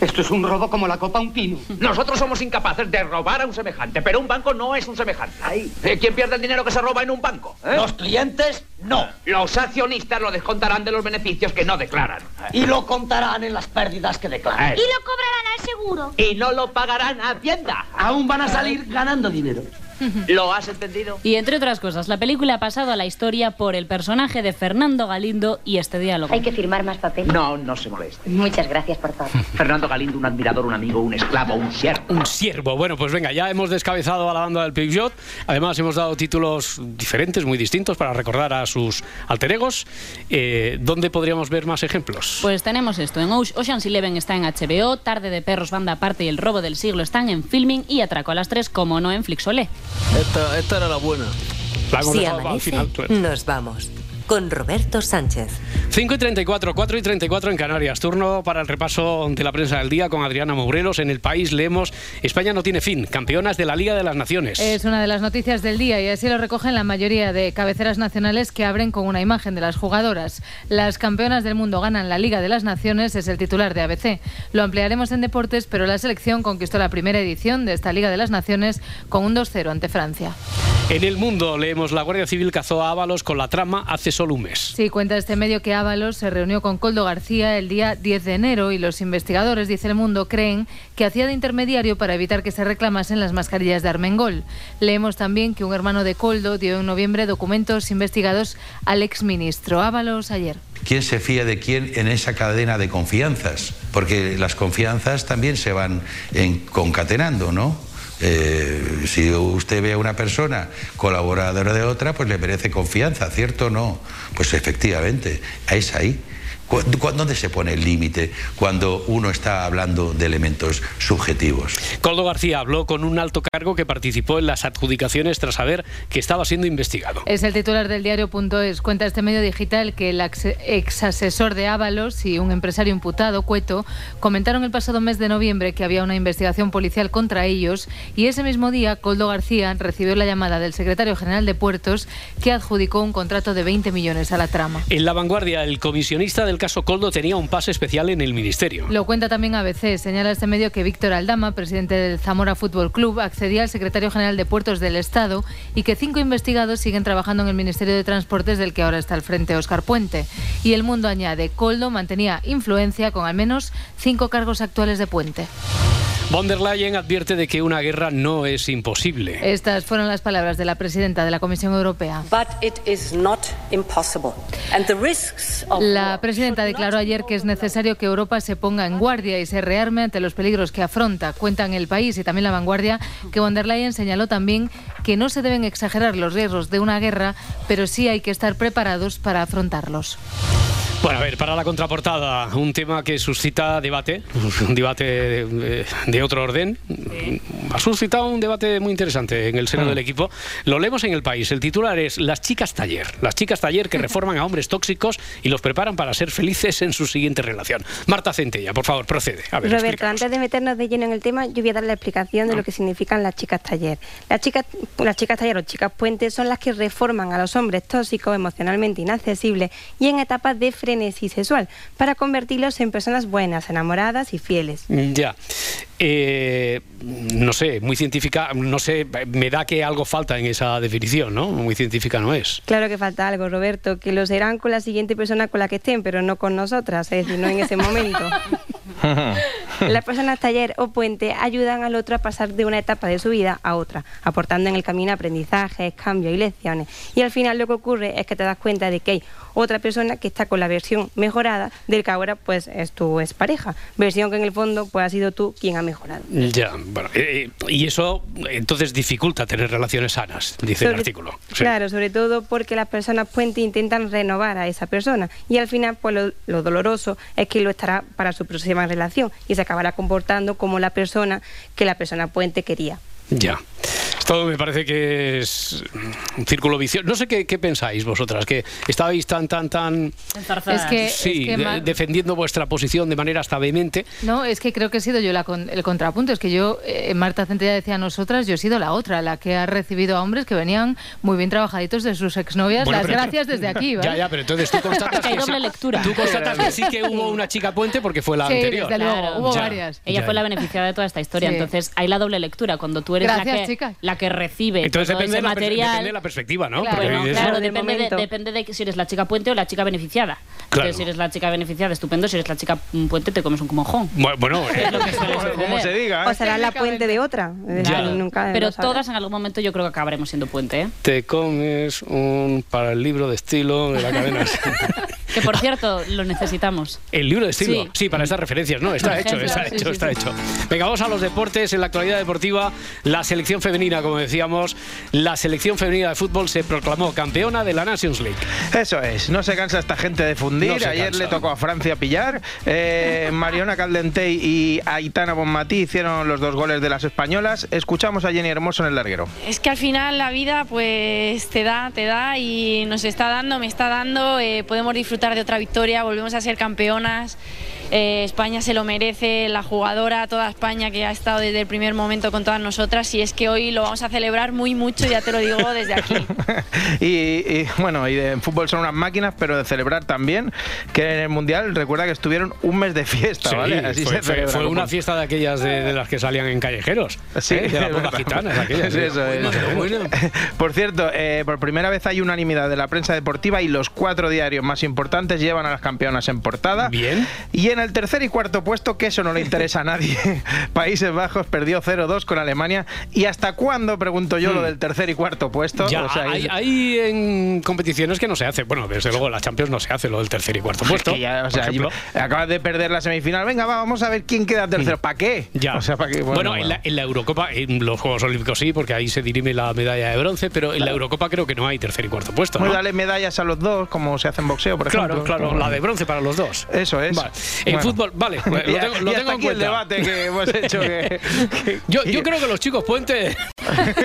Esto
Esto es un robo como la copa a un pino.
Nosotros somos incapaces de robar a un semejante, pero un banco no es un semejante. Eh, ¿Quién pierde el dinero que se roba en un banco? eh?
Los clientes, no.
Los accionistas lo descontarán de los beneficios que no declaran.
Y lo contarán en las pérdidas que declaran.
Eso.
cobrarán al seguro.
Y no lo pagarán a Hacienda.
Aún van a salir ganando dinero.
(laughs) ¿Lo has entendido?
Y entre otras cosas, la película ha pasado a la historia por el personaje de Fernando Galindo y este diálogo.
Hay que firmar más papel.
No, no se moleste.
Muchas gracias por todo.
Fernando Galindo, un admirador, un amigo, un esclavo, un siervo.
Un siervo. Bueno, pues venga, ya hemos descabezado a la banda del Peugeot. Además, hemos dado títulos diferentes, muy distintos, para recordar a sus alter egos. Eh, ¿Dónde podríamos ver más ejemplos?
Pues tenemos esto, en Oce- Ocean's Eleven está en HBO, Tarde de Perros, Banda Aparte y El Robo del Siglo están en Filming y Atraco a las 3, como no en Flixolé.
Esta, esta era la buena.
Si amanece, nos vamos. Con Roberto Sánchez.
5 y 34, 4 y 34 en Canarias. Turno para el repaso de la prensa del día con Adriana Mourelos. En el país leemos España no tiene fin, campeonas de la Liga de las Naciones.
Es una de las noticias del día y así lo recogen la mayoría de cabeceras nacionales que abren con una imagen de las jugadoras. Las campeonas del mundo ganan la Liga de las Naciones es el titular de ABC. Lo ampliaremos en deportes, pero la selección conquistó la primera edición de esta Liga de las Naciones con un 2-0 ante Francia.
En el mundo leemos la Guardia Civil cazó a Ábalos con la trama hace solo un mes.
Sí, cuenta este medio que Ábalos se reunió con Coldo García el día 10 de enero y los investigadores, dice El Mundo, creen que hacía de intermediario para evitar que se reclamasen las mascarillas de Armengol. Leemos también que un hermano de Coldo dio en noviembre documentos investigados al exministro Ábalos ayer.
¿Quién se fía de quién en esa cadena de confianzas? Porque las confianzas también se van en- concatenando, ¿no? Eh, si usted ve a una persona colaboradora de otra, pues le merece confianza, ¿cierto o no? Pues efectivamente, es ahí. ¿Cu- cu- ¿Dónde se pone el límite cuando uno está hablando de elementos subjetivos?
Coldo García habló con un alto cargo que participó en las adjudicaciones tras saber que estaba siendo investigado.
Es el titular del diario.es. Cuenta este medio digital que el axe- exasesor de Ábalos y un empresario imputado, Cueto, comentaron el pasado mes de noviembre que había una investigación policial contra ellos y ese mismo día Coldo García recibió la llamada del secretario general de Puertos que adjudicó un contrato de 20 millones a la trama.
En la vanguardia, el comisionista del caso Coldo tenía un pase especial en el ministerio.
Lo cuenta también ABC. Señala este medio que Víctor Aldama, presidente del Zamora Fútbol Club, accedía al secretario general de Puertos del Estado y que cinco investigados siguen trabajando en el Ministerio de Transportes del que ahora está al frente Óscar Puente. Y El Mundo añade, Coldo mantenía influencia con al menos cinco cargos actuales de Puente.
Von der Leyen advierte de que una guerra no es imposible.
Estas fueron las palabras de la presidenta de la Comisión Europea.
But it is not impossible. And the risks of
La presidenta declaró ayer que es necesario que Europa se ponga en guardia y se rearme ante los peligros que afronta. Cuentan el país y también la vanguardia que von der Leyen señaló también que no se deben exagerar los riesgos de una guerra, pero sí hay que estar preparados para afrontarlos.
Bueno, a ver, para la contraportada, un tema que suscita debate, (laughs) un debate de, de otro orden. Ha suscitado un debate muy interesante en el seno del equipo. Lo leemos en el país. El titular es Las chicas taller. Las chicas taller que reforman a hombres tóxicos y los preparan para ser felices en su siguiente relación. Marta Centella, por favor, procede. A ver,
Roberto,
explica.
antes de meternos de lleno en el tema, yo voy a dar la explicación de lo que significan las chicas taller. Las chicas, las chicas taller o chicas puentes son las que reforman a los hombres tóxicos, emocionalmente inaccesibles y en etapas de frenesí sexual para convertirlos en personas buenas, enamoradas y fieles.
Ya. Eh, no sé, muy científica, no sé, me da que algo falta en esa definición, ¿no? Muy científica no es.
Claro que falta algo, Roberto, que lo serán con la siguiente persona con la que estén, pero no con nosotras, es decir, no en ese momento. Las personas taller o puente ayudan al otro a pasar de una etapa de su vida a otra, aportando en el camino aprendizajes, cambios y lecciones. Y al final lo que ocurre es que te das cuenta de que hay otra persona que está con la versión mejorada del que ahora pues es tu expareja, versión que en el fondo pues ha sido tú quien ha mejorado.
Ya, bueno, eh, eh, y eso entonces dificulta tener relaciones sanas, dice el
Sobre-
artículo. Sí.
Claro, sobre todo porque las personas puente intentan renovar a esa persona y al final pues lo, lo doloroso es que lo estará para su próxima relación y se acabará comportando como la persona que la persona puente quería.
Ya. Esto me parece que es un círculo vicioso. No sé qué, qué pensáis vosotras, que estabais tan, tan, tan...
Es que-
sí,
es que
de-
Mar-
defendiendo vuestra posición de manera hasta vehemente.
No, es que creo que he sido yo la con- el contrapunto. Es que yo, eh, Marta Centella decía a nosotras, yo he sido la otra, la que ha recibido a hombres que venían muy bien trabajaditos de sus exnovias.
Bueno,
Las
pero-
gracias desde aquí, ¿vale?
Ya, ya, pero
(laughs)
entonces tú constatas
Porque hay
que
doble
sí,
lectura.
Tú constatas que sí que hubo una chica puente porque fue la
Sí,
anterior.
desde luego, hubo
Ya,
varias.
Ella
ya,
fue la
ya.
beneficiada de toda esta historia.
Sí.
Entonces, hay la doble lectura. Cuando tú eres
Gracias,
la, que,
chicas.
la que recibe
Entonces
todo
depende de,
ese
la per-
material.
depende de la perspectiva, ¿no?
Claro,
Porque
bueno,
de eso-
claro, depende, de, depende de que si eres la chica puente o la chica beneficiada.
Claro.
Entonces, si eres la chica beneficiada, estupendo. Si eres la chica mm, puente, te comes un mojón.
Bu- Bueno, eh,
como se ¿eh?
diga.
O será la puente de otra. Es decir,
Ya.
nunca
Pero
lo sabrás.
todas en algún momento yo creo que acabaremos siendo puente. ¿eh?
te comes un para el libro de estilo de la
(laughs)
cadena.
Que (laughs) por cierto, lo necesitamos.
El libro de estilo. Sí,
Sí.
para estas referencias, ¿no? Está
Por
hecho,
(laughs) ejemplo,
está
sí,
hecho,
sí,
está
sí.
hecho. Venga, vamos a los deportes. En la actualidad deportiva, la selección femenina, como decíamos, la selección femenina de fútbol se proclamó campeona de la Nations League.
Eso es, no se cansa esta gente de fundir.
No se
Ayer
cansa.
le tocó a Francia pillar.
(laughs)
Eh, Mariona Caldentey y Aitana Bonmatí hicieron los dos goles de las españolas. Escuchamos a Jenny Hermoso en el larguero.
Es que al final la vida pues te da, te da y nos está dando, me está dando, eh, podemos disfrutar de otra victoria, volvemos a ser campeonas, eh, España se lo merece, la jugadora, toda España que ha estado desde el primer momento con todas nosotras y es que hoy lo vamos a celebrar muy mucho, ya te lo digo desde aquí.
Y, y, bueno, y de en fútbol son unas máquinas, pero de celebrar también, que en el Mundial recuerda que estuvieron un mes de fiesta,
Sí,
¿vale? Así
fue,
se
fue-
celebra.
fue
como-
una fiesta de aquellas de, de las que salían en callejeros.
Sí,
¿eh? de las
es
bodas
verdad. (laughs)
gitanas, aquellas. ¿eh?
Sí, eso es. Por cierto, eh, por primera vez hay unanimidad de la prensa deportiva y los cuatro diarios más importantes llevan a las campeonas en portada.
Bien.
Y en el tercer y cuarto puesto, que eso no le interesa a nadie, (laughs) Países Bajos perdió 0-2 con Alemania. ¿Y hasta cuándo, pregunto yo, lo del tercer y cuarto puesto?
Hmm. Ya,
O sea,
hay,
es-
hay en competiciones que no se hace. Bueno, desde luego, la Champions no se hace lo del tercer y cuarto
Pues Es
puesto.
que ya, o
por
sea,
ejemplo.
acabas de perder la semifinal. Venga, va, vamos a ver quién queda tercero. ¿Para qué?
Hmm. Ya.
O sea, ¿para qué?
Bueno, En, la, en la Eurocopa, en los Juegos Olímpicos sí, porque ahí se dirime la medalla de bronce, pero en la Eurocopa creo que no hay tercer y cuarto puesto. ¿no?
Bueno, dale medallas a los dos, como se hace en boxeo, por
Claro,
ejemplo.
claro, la de bronce para los dos.
Eso es.
Vale. En
Bueno.
fútbol,
(laughs)
vale, pues, lo
Y-
tengo, lo
y hasta
tengo en
aquí el
cuenta.
debate
(laughs)
que hemos hecho que-
yo, yo creo que los chicos
(laughs)
puente, (laughs)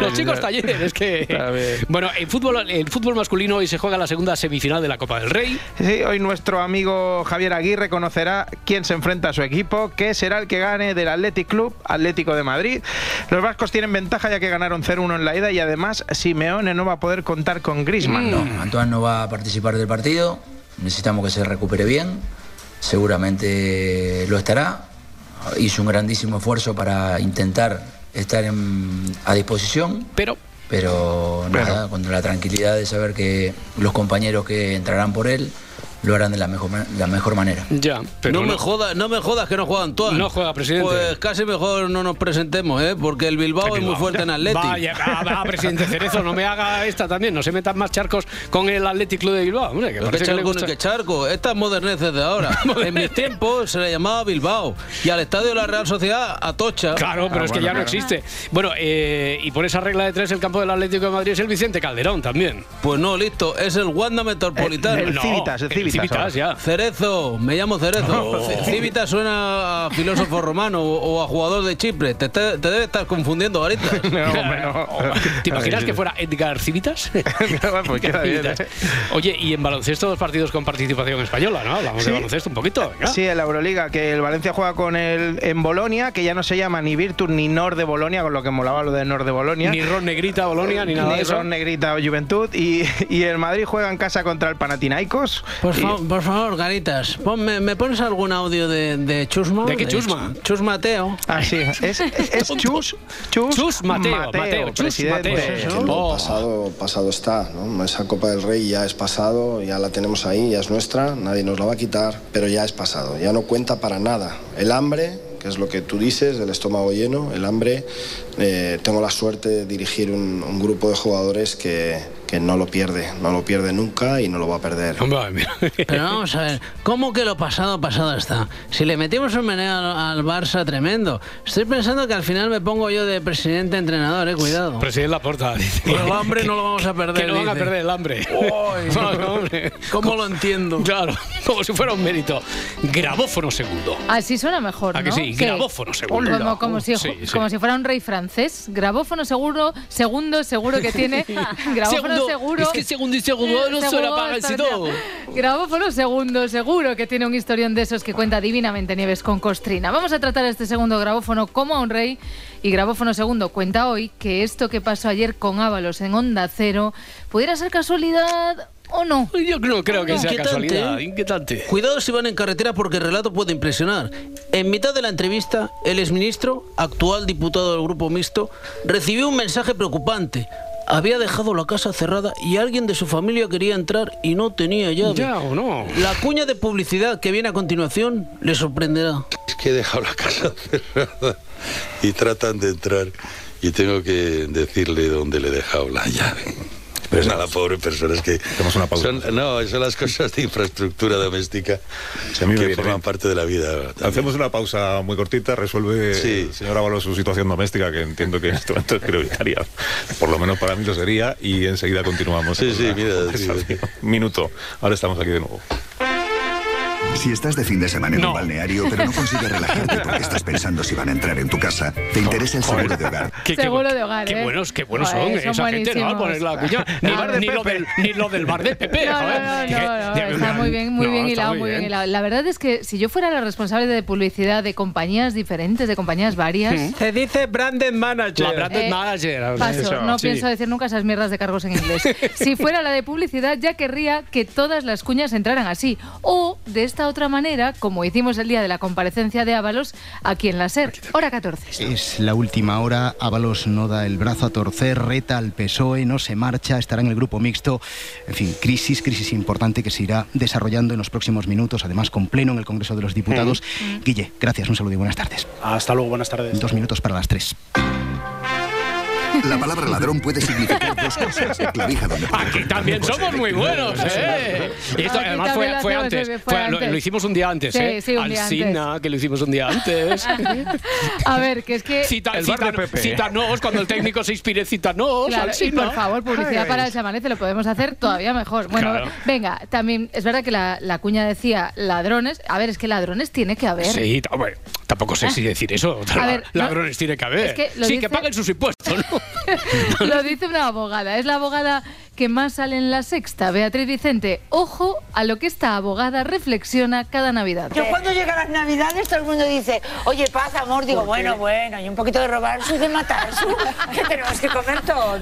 los chicos talleres, es que... Bueno, en fútbol, el fútbol masculino hoy se juega la segunda semifinal de la Copa del Rey.
Sí, hoy nuestro amigo Javier Aguirre conocerá quién se enfrenta a su equipo, que será el que gane del Athletic Club Atlético de Madrid. Los vascos tienen ventaja ya que ganaron 0-1 en la ida y además Simeone no va a poder contar con
Mm.
Griezmann.
No, Antoine no va a participar del partido. Necesitamos que se recupere bien. Seguramente lo estará. Hizo un grandísimo esfuerzo para intentar estar en- a disposición.
Pero.
Pero nada, con la tranquilidad de saber que los compañeros que entrarán por él lo harán de la mejor, ma- la mejor manera.
Ya,
pero
no,
no-
Me jodas, no me jodas que no juegan todas.
No juega, presidente.
Pues casi mejor no nos presentemos, ¿eh? Porque el Bilbao, es muy fuerte en Atleti.
Vaya, va, va, presidente Cerezo, no me haga esta también, no se metan más charcos con el Athletic Club de Bilbao. Hombre, que
Pero
parece
qué
que le
charco
gusta-
ni qué charco, estas moderneces
(laughs)
de ahora. en mis tiempos se le llamaba Bilbao y al estadio de la Real Sociedad Atocha.
Claro, pero es que ya no existe. Ah, Bueno, eh, y por esa regla de tres, el campo del Atlético de Madrid es el Vicente Calderón también.
Pues no, listo, es el Wanda Metropolitano.
El- el No, Civitas, el el Civitas Civitas, ahora. Oh. ya.
Cerezo, me llamo Cerezo.
No.
C- Civitas suena a filósofo romano o, o a jugador de Chipre. Te, te, te debe estar
(laughs)
confundiendo ahorita.
¿Te imaginas que fuera Edgar
(laughs)
Civitas?
pues queda bien,
Civitas.
¿eh?
Oye, y en baloncesto dos partidos con participación española, ¿no? Hablamos
Sí.
de baloncesto un poquito. venga.
Sí, en la Euroliga, que el Valencia juega con el en Bolonia, que ya no se llama ni Virtus ni Nord de Bolonia, con lo que molaba lo de Nord de Bolonia.
Ni Ron Negrita, Bolonia, ni nada de eso.
Ron Negrita o Juventud. Y, y el Madrid juega en casa contra el Panathinaikos.
Por,
Y-
fa- por favor, Garitas, ponme- ¿me pones algún audio de, de Chusma?
¿De qué Chusma?
Ch- Chus Mateo.
Ah, sí, es, es Chus, Chus,
Mateo, Mateo, Chus
presidente.
Mateo. Oh.
Que lo pasado, pasado está, ¿no? Esa Copa del Rey ya es pasado, ya la tenemos ahí, ya es nuestra, nadie nos la va a quitar, pero ya es pasado, ya no cuenta para nada. El hambre, que es lo que tú dices, el estómago lleno, el hambre, eh, tengo la suerte de dirigir un, un grupo de jugadores que que no lo pierde, no lo pierde nunca y no lo va a perder.
Pero vamos a ver, ¿cómo que lo pasado pasado está? Si le metimos un meneo al, al Barça tremendo, estoy pensando que al final me pongo yo de presidente entrenador, eh, cuidado.
Presidente Laporta. dice.
Por el hambre no lo vamos a perder,
Que no van a
dice.
perder el hambre.
Uy.
(laughs) No, no, hombre.
¿Cómo lo entiendo?
Claro, como si fuera un mérito. Grabófono segundo.
Así suena mejor,
¿A que
¿no?
sí? Grabófono seguro.
Como, como si,
Sí, sí.
como si fuera un rey francés. Grabófono seguro, segundo, seguro
(laughs)
que tiene. grabófono
Segundo,
seguro.
es que segundo y
(laughs)
segundo no suena para el
está-
sitio.
Grabófono segundo, seguro que tiene un historión de esos que cuenta divinamente Nieves con costrina. Vamos a tratar este segundo grabófono como a un rey. Y grabófono segundo cuenta hoy que esto que pasó ayer con Ábalos en Onda Cero pudiera ser casualidad o no.
Yo no creo que sea
Inquietante,
casualidad,
¿eh?
inquietante.
Cuidado si van en carretera porque el relato puede impresionar. En mitad de la entrevista, el exministro, actual diputado del grupo mixto, recibió un mensaje preocupante. Había dejado la casa cerrada y alguien de su familia quería entrar y no tenía llave.
Ya o no.
La cuña de publicidad que viene a continuación le sorprenderá.
Es que he dejado la casa (laughs) cerrada y tratan de entrar y tengo que decirle dónde le he dejado la llave. Pero es nada, pobre persona, es que...
una pausa.
son- no, son las cosas de infraestructura doméstica
a mí me
que
viene
forman
bien.
parte de la vida.
Hacemos una pausa muy cortita, resuelve el señor Ábalos su situación doméstica, que entiendo que en este momento es prioritaria, por lo menos para mí lo sería, y enseguida continuamos. Sí, sí, mira. Minuto, ahora estamos aquí de nuevo.
Si estás de fin de semana en
No.
un balneario, pero no consigues relajarte porque estás pensando si van a entrar en tu casa, te interesa el seguro de hogar.
seguro de hogar.
(laughs) Qué
¿eh?
buenos, qué buenos
Joder,
son, esa gente,
buenísimos.
no, Al poner la cuña. Ni,
Ah,
ni lo del, ni lo del bar de Pepe,
No,
joder.
no, no,
Que-
no, no,
de-
está muy bien, muy
no,
bien
está
hilado, muy bien. hilado. La verdad es que si yo fuera la responsable de publicidad de compañías diferentes, de compañías varias,
Se dice branded manager.
Mm. La branded
Eh,
manager.
paso,
eso,
no
sí.
pienso decir nunca esas mierdas de cargos en
(laughs)
inglés. si fuera la de publicidad, ya querría que todas las cuñas entraran así. O de esta otra manera, como hicimos el día de la comparecencia de Ábalos, aquí en la SER, hora 14.
Es la última hora, Ábalos no da el brazo a torcer, reta al PSOE, E, no se marcha, estará en el grupo mixto. En fin, crisis, crisis importante que se irá desarrollando en los próximos minutos, además con pleno en el Congreso de los Diputados. Guille, gracias, un saludo y buenas tardes.
Hasta luego, buenas tardes.
Dos minutos para las tres.
La palabra ladrón puede significar dos cosas. Clavija donde
Aquí también somos muy buenos, ¿eh? Y esto
Aquí
además fue,
también lo
fue
hacemos
antes.
muy bien,
fue-
fue
lo,
antes.
lo hicimos un día antes,
Sí,
¿eh?
sí, un día
Alsina, que lo hicimos un día antes.
(laughs) A ver, que es que...
Cita,
Eh, El bar
cita,
de Pepe.
cítanos, cuando el técnico se inspire, cítanos,
Claro, y
Alsina.
por favor, publicidad
Ay.
para el chamanece lo podemos hacer todavía mejor. Bueno,
Claro.
venga, también es verdad que la, la cuña decía ladrones. A ver, es que ladrones tiene que haber.
Sí, t- hombre, tampoco sé si decir eso.
Ah. A ver, no-
(laughs) Ladrones tiene que haber.
Es que
sí,
lo
que
dice-
paguen sus impuestos, ¿no?
Lo dice una abogada. Es la abogada que más sale en la sexta, Beatriz Vicente. Ojo a lo que esta abogada reflexiona cada Navidad.
Yo cuando llegan las navidades todo el mundo dice, oye, paz, amor, digo, bueno, bueno, y un poquito de robar y de matar
(laughs)
que tenemos que comer todo.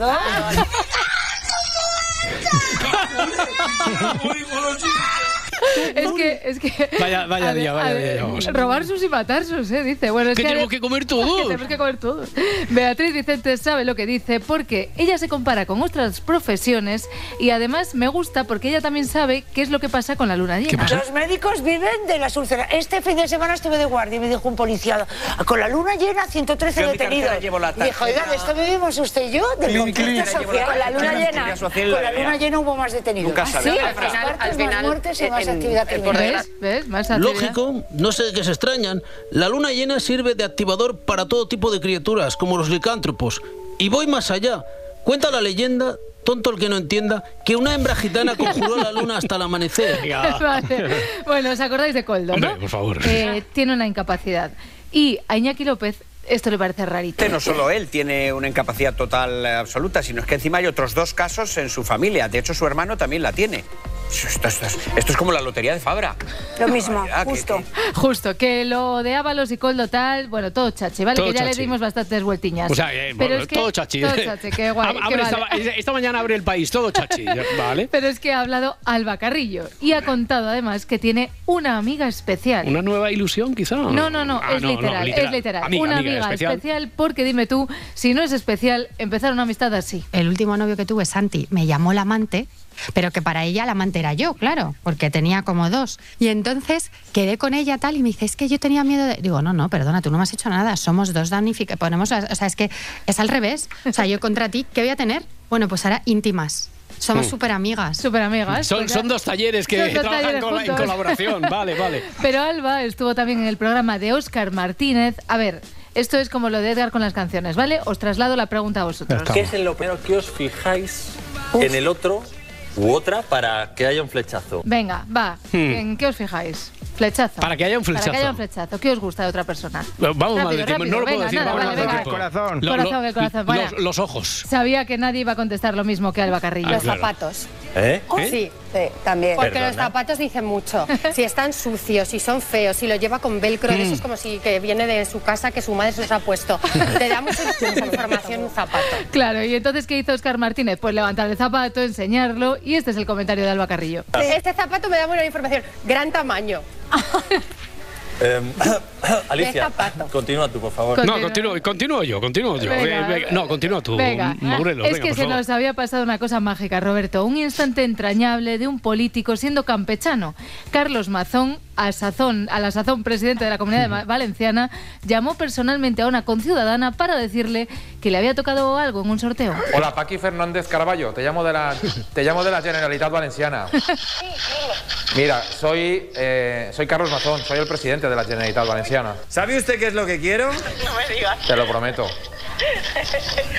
Es que, es que.
Vaya- vaya
a ver,
día, vaya
a
día
ver,
llevamos.
Robar sus y matar sus, ¿eh? Dice. Bueno, (laughs) es
Que
que.
tenemos que comer todos.
que tenemos que comer todos. Beatriz Vicente sabe lo que dice porque ella se compara con otras profesiones y además me gusta porque ella también sabe qué es lo que pasa con la luna llena.
Los médicos viven de las úlceras. Este fin de semana estuve de guardia y me dijo un policía, con la luna llena, 113
Yo en mi cartera
detenidos.
llevo la
Dijo, oiga, ¿de esto vivimos usted y yo? Del
Clin,
conflicto
clin.
social.
Llevo la
Con la luna
tarjeta
llena.
social, la
Con la
vea.
luna llena hubo más detenidos.
Nunca
¿Ah,
sabe.
sí?
Al
Más
final-
partes,
al final,
más muertes y
en-
más
en-
actividad
en-
criminal.
¿Ves?
¿Ves? Más actividad.
Lógico, no sé de qué se extrañan. La luna llena sirve de activador para todo tipo de criaturas, como los licántropos. Y voy más allá. Cuenta la leyenda, tonto el que no entienda, que una hembra gitana conjuró la luna hasta el (laughs) amanecer.
(laughs)
Vale. Bueno, ¿os acordáis de Coldo?
Hombre,
no?
por favor.
Eh, tiene una incapacidad. Y a Iñaki López esto le parece rarito.
Este no solo él tiene una incapacidad total eh, absoluta, sino es que encima hay otros dos casos en su familia. De hecho, su hermano también la tiene. Esto, esto es- esto es como la lotería de Fabra.
Lo mismo,
Barbaridad,
Ah,
que-
justo.
Justo, que lo de Ábalos y Coldo tal, bueno, todo chachi, ¿vale?
Todo
que ya
chachi.
le dimos bastantes vueltiñas.
O sea, eh,
Pero
bueno,
es que-
todo chachi. eh.
Todo chachi, qué (laughs) guay.
Ab-
qué
abre esta,
vale.
ma- esta mañana abre el país, todo chachi. ya- Vale.
Pero es que ha hablado Alba Carrillo y ha contado además que tiene una amiga especial.
Una nueva ilusión, quizá.
No, no, no,
Ah,
es, literal, es literal.
Amiga,
una
amiga,
amiga especial.
especial.
porque dime tú, si no es especial, empezar una amistad así.
El último novio que tuve, Santi, me llamó la amante, pero que para ella la amante era yo, claro, porque tenía como dos. Y entonces quedé con ella tal y me dice, es que yo tenía miedo de... Digo, no, no, perdona, tú no me has hecho nada, somos dos damnificados. Ponemos, las- o sea, es que es al revés. O sea, yo contra ti, ¿qué voy a tener? Bueno, pues ahora íntimas. Somos
Mm.
súper amigas.
Súper amigas.
Son, son dos talleres que
Son dos
trabajan
talleres
cola- en
juntos.
colaboración. Vale, vale.
(laughs) Pero Alba estuvo también en el programa de Óscar Martínez. A ver, esto es como lo de Edgar con las canciones, ¿vale? Os traslado la pregunta a vosotros.
¿Qué es en lo primero que os fijáis en el otro u otra para que haya un flechazo?
Venga, va.
Hmm.
¿En qué os fijáis? Flechazo.
Para que haya un
Para que
flechazo.
haya un flechazo. ¿Qué os gusta de otra persona?
Vamos mal
Rápido,
de tiempo. No lo
rápido,
puedo
venga,
decir.
nada, vale,
vamos mal de
venga.
tiempo.
Corazón.
Lo-
Corazón,
lo-
el corazón, vaya.
Los, los ojos.
Sabía que nadie iba a contestar lo mismo que Alba Carrillo.
Ah, Los claro.
zapatos. Oh,
¿Eh?
Sí, sí, también.
Porque
Porque
Perdona. los
los zapatos dicen mucho. Si están sucios, si son feos, si los lleva con velcro,
Mm.
eso es como si que viene de su casa que su madre se los ha puesto. Te da mucha mucha información un zapato.
Claro, y entonces, ¿qué hizo Oscar Martínez? Pues levantar el zapato, enseñarlo, y este es el comentario de Alba Carrillo.
Este zapato me da buena información. Gran tamaño.
Em, (coughs) Alicia,
zapato.
continúa tú, por favor.
No, continúo, continúo yo, continúo yo.
Venga.
Eh, venga, no, continúa tú,
Venga,
Morelos.
es
venga,
que
por
se
favor.
nos había pasado una cosa mágica, Roberto. Un instante entrañable de un político siendo campechano. Carlos Mazón, a, sazón, a la sazón presidente de la
(laughs)
Comunidad de Ma- Valenciana, llamó personalmente a una conciudadana para decirle que le había tocado algo en un
(laughs)
sorteo.
Hola, Paqui Fernández Caraballo, te llamo de la, te llamo de la Generalitat Valenciana. Mira, soy, eh, soy Carlos Mazón, soy el presidente de la Generalitat Valenciana.
¿Sabe usted qué es lo que quiero?
(laughs) No me digas. (laughs)
Te lo prometo.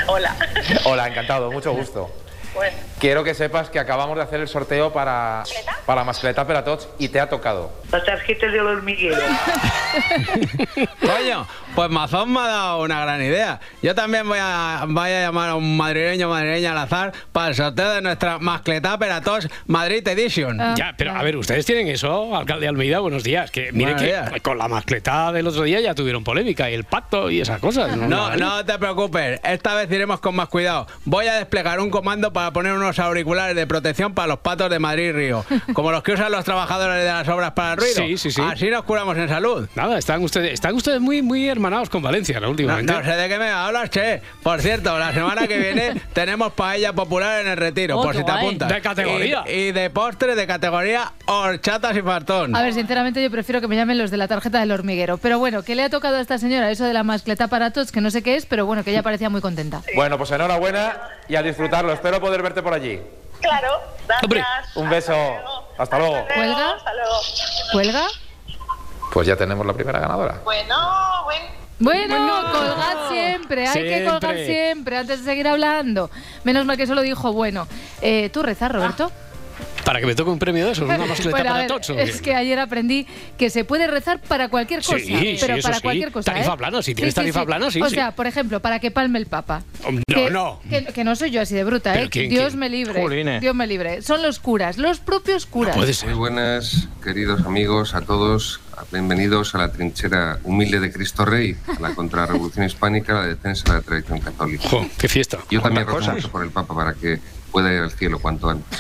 Hola.
Hola, encantado, mucho gusto.
Bueno,
Quiero que sepas que acabamos de hacer el sorteo para, para Mascleta per a Tots y te ha tocado.
la tarjeta del hormiguero.
Coño, pues Mazón me ha dado una gran idea. Yo también voy a, voy a llamar a un madrileño madrileña al azar para el sorteo de nuestra mascletá Peratos Madrid Edition.
Ya, pero a ver, ustedes tienen eso, alcalde Almeida, buenos días. Que mire
Buenos
que
días.
con la mascletá del otro día ya tuvieron polémica y el pacto y esas cosas.
No, no te preocupes, esta vez iremos con más cuidado. Voy a desplegar un comando para poner unos auriculares de protección para los patos de
(laughs)
Madrid Río, como los que usan los trabajadores de las obras para el ruido.
Sí, sí, sí.
Así nos curamos en salud.
Nada, están ustedes, están ustedes muy, muy hermanados con Valencia, ¿no?
No,
Últimamente.
no sé de qué me hablas, che. Por cierto, la semana
(laughs)
que viene tenemos paella popular en el retiro,
Oh,
por
qué
si te
guay.
apuntas.
De categoría.
Y, y de postre de categoría horchatas y fartón.
A ver, sinceramente yo prefiero que me llamen los de la tarjeta del hormiguero. Pero bueno, que le ha tocado a esta señora eso de la mascleta para tots, que no sé qué es, pero bueno, que ella parecía muy contenta.
Bueno, pues enhorabuena y a disfrutarlo. Espero poder verte por allí.
Claro, gracias.
Un beso. Hasta luego.
¿Cuelga?
Hasta luego.
¿Cuelga?
Pues ya tenemos la primera ganadora.
Bueno, bueno.
Bueno,
Bueno.
colgad siempre, hay que colgar
Siempre.
siempre antes de seguir hablando. Menos mal que solo dijo, bueno, eh, tú rezas, Roberto.
Para que me toque un premio de eso, Pues una
(laughs)
mascletá
Bueno, a
para
ver,
tots. ¿o qué?
es que ayer aprendí que se puede rezar para cualquier
Sí,
cosa,
sí,
pero
eso
para
sí.
cualquier cosa.
Tarifa
¿eh?
plana, si tienes tarifa plana, sí,
O
sí.
sea, por ejemplo, para que palme el Papa.
No,
que,
no.
Que, que no soy yo así de bruta,
Pero
¿eh?
¿quién,
Dios
quién?
me libre.
Jolines.
Dios me libre. Son los curas, los propios curas.
Muy buenas, queridos amigos, a todos. Bienvenidos a la trinchera humilde de Cristo Rey, a la contrarrevolución (laughs) hispánica, a la defensa de la tradición católica.
¡Qué fiesta!
Yo también
Cuántas
rezo
cosas.
mucho por el Papa para que pueda ir al cielo cuanto antes.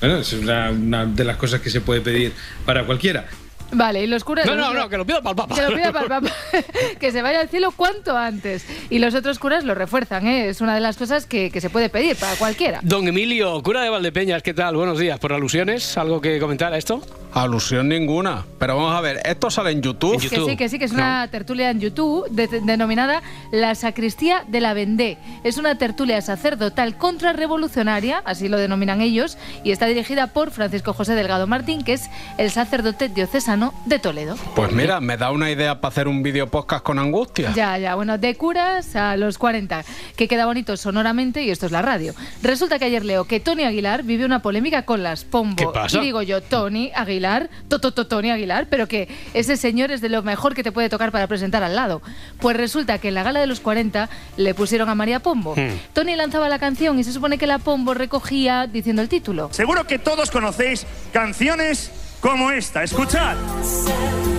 Bueno, es una, una de las cosas que se puede pedir para cualquiera.
Vale, y los curas.
No,
los
no,
curas-
no, que lo pida pa'l Papa.
Que lo pida pa'l
(laughs)
Papa. (laughs) que se vaya al cielo cuanto antes. Y los otros curas lo refuerzan, ¿eh? Es una de las cosas que, que se puede pedir para cualquiera.
Don Emilio, cura de Valdepeñas, ¿qué tal? Buenos días. ¿Por alusiones? ¿Algo que comentar a esto?
Alusión ninguna. Pero vamos a ver, esto sale en YouTube.
Que sí, que sí, que es una tertulia en YouTube de- de- denominada La Sacristía de la Vendée. Es una tertulia sacerdotal contrarrevolucionaria, así lo denominan ellos, y está dirigida por Francisco José Delgado Martín, que es el sacerdote diocesano de Toledo.
Pues mira, me da una idea para hacer un video podcast con angustia.
Ya, ya, bueno, de curas a los 40, que queda bonito sonoramente y esto es la radio. Resulta que ayer leo que Tony Aguilar vivió una polémica con las Pombo.
¿Qué pasa?
Y digo yo, Tony Aguilar, tototo Tony Aguilar, pero que ese señor es de lo mejor que te puede tocar para presentar al lado. Pues resulta que en la gala de los 40 le pusieron a María Pombo.
Hmm.
Tony lanzaba la canción y se supone que la Pombo recogía diciendo el título.
Seguro que todos conocéis canciones como esta. Escuchad.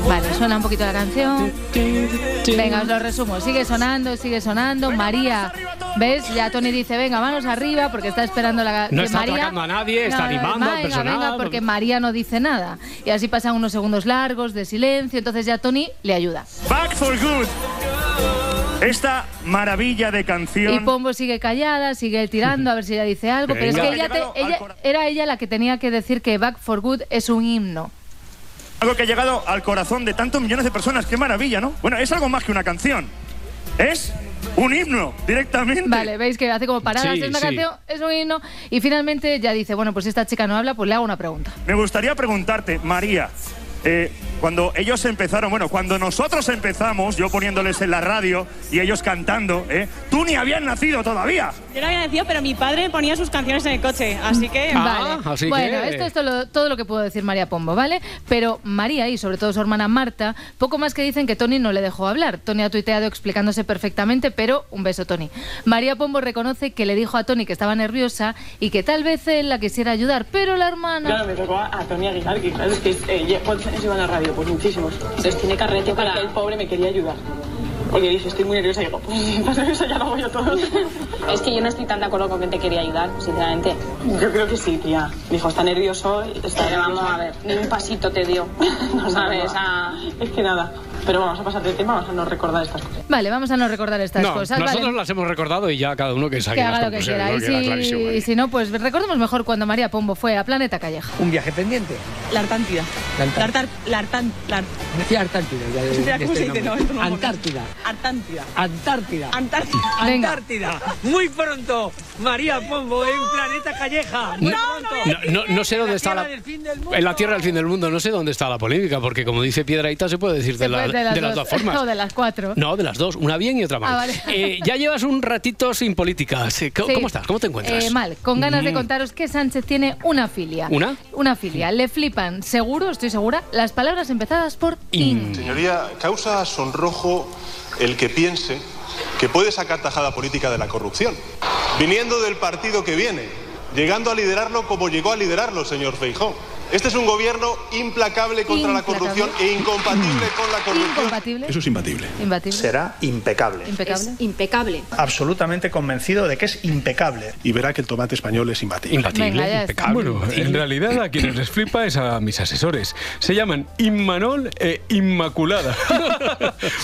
Vale, suena un poquito la canción. Venga, os lo resumo. Sigue sonando, sigue sonando. María, ¿ves? Ya Tony dice, venga, manos arriba, porque está esperando la
No
que
está
María...
atacando a nadie, está animando al
venga,
personal.
Venga, porque María no dice nada. Y así pasan unos segundos largos de silencio, entonces ya Tony le ayuda.
Back for Good. Esta maravilla de
Y
canción.
Pombo sigue callada, sigue tirando a ver si ella dice algo, pero es
Venga.
que ella, te- ella- era ella la que tenía que decir que Back for Good es un himno.
Algo que ha llegado al corazón de tantos millones de personas. Qué maravilla, ¿no? Bueno, es algo más que una canción. Es un himno directamente.
Vale, veis que hace como paradas
Sí,
es una
sí.
canción, es un himno, y finalmente ya dice, bueno, pues si esta chica no habla, pues le hago una pregunta.
Me gustaría preguntarte, María, eh, cuando ellos empezaron, bueno, cuando nosotros empezamos, yo poniéndoles en la radio y ellos cantando, ¿eh? tú ni habías nacido todavía.
Yo no había nacido, pero mi padre ponía sus canciones en el coche, así que...
Ah.
Vale. bueno, esto es todo lo, todo lo que puedo decir María Pombo, ¿vale? Pero María y sobre todo su hermana Marta, poco más que dicen que Tony no le dejó hablar. Tony ha tuiteado explicándose perfectamente, pero un beso, Tony. María Pombo reconoce que le dijo a Tony que estaba nerviosa y que tal vez él la quisiera ayudar, pero la hermana...
Claro, me tocó a, a Tony Aguilar, que claro, es que es, eh, ya- ¿cuántos años lleva en la radio? Pues muchísimos. Entonces tiene carrete para... El pobre me quería ayudar. Porque dije, estoy muy nerviosa, y digo, (laughs) pues si estás nerviosa ya lo hago yo todo. (laughs) es que yo no estoy tan de acuerdo con que te quería ayudar, sinceramente. Yo creo que sí, tía. Dijo, está nervioso, está
vamos a ver,
ni un pasito te (laughs) dio,
¿sabes?
Es que nada. Pero vamos a pasar de tema, vamos a no recordar estas cosas.
Vale, vamos a no recordar estas
No,
cosas.
nosotros
¿vale?
las hemos recordado y ya cada uno que saque
Que
las
haga lo que
conclusiones,
quiera. Y
¿no? Queda
si,
clarísimo
(laughs)
ahí.
y si no, pues recordemos mejor cuando María Pombo fue a Planeta Calleja.
Un viaje pendiente.
La Artántida.
La Antártida.
La Artántida.
Decía Antártida. ya (laughs) de-
Mira
de
cómo
este
se dice,
nombre.
no, esto no me
Antártida.
Artántida.
Antártida.
Antártida.
Antártida. Muy pronto, María Pombo en Planeta Calleja. Muy pronto.
No, no- no sé dónde está la...
Tierra del fin del mundo.
En la Tierra del Fin del Mundo, no sé dónde está la polémica, porque como dice Piedraita, se puede decir de, la-
Pues
de las dos
(laughs) O
formas.
de las cuatro.
(laughs) No, de las dos, una bien y otra mal.
Ah, vale.
Eh, ya llevas un ratito sin política. Sí, ¿Cómo,
Sí.
cómo estás? ¿Cómo te encuentras?
Eh, mal, con ganas de
Mm.
contaros que Sánchez tiene una filia.
¿Una?
Una filia. Le flipan, seguro, estoy segura, las palabras empezadas por in.
Mm. Señoría, causa sonrojo el que piense que puede sacar tajada política de la corrupción. Viniendo del partido que viene, llegando a liderarlo como llegó a liderarlo, señor Feijón. Este es un gobierno implacable contra la
Implacable.
corrupción e incompatible con la corrupción.
Incompatible.
es imbatible.
Imbatible.
Será impecable.
Impecable.
impecable.
Absolutamente convencido de que es impecable. Y verá que el tomate español es imbatible.
Venga, ya está.
Ah, Bueno, en realidad a quienes les flipa es a mis asesores. Se llaman Inmanol e (laughs) Inmaculada.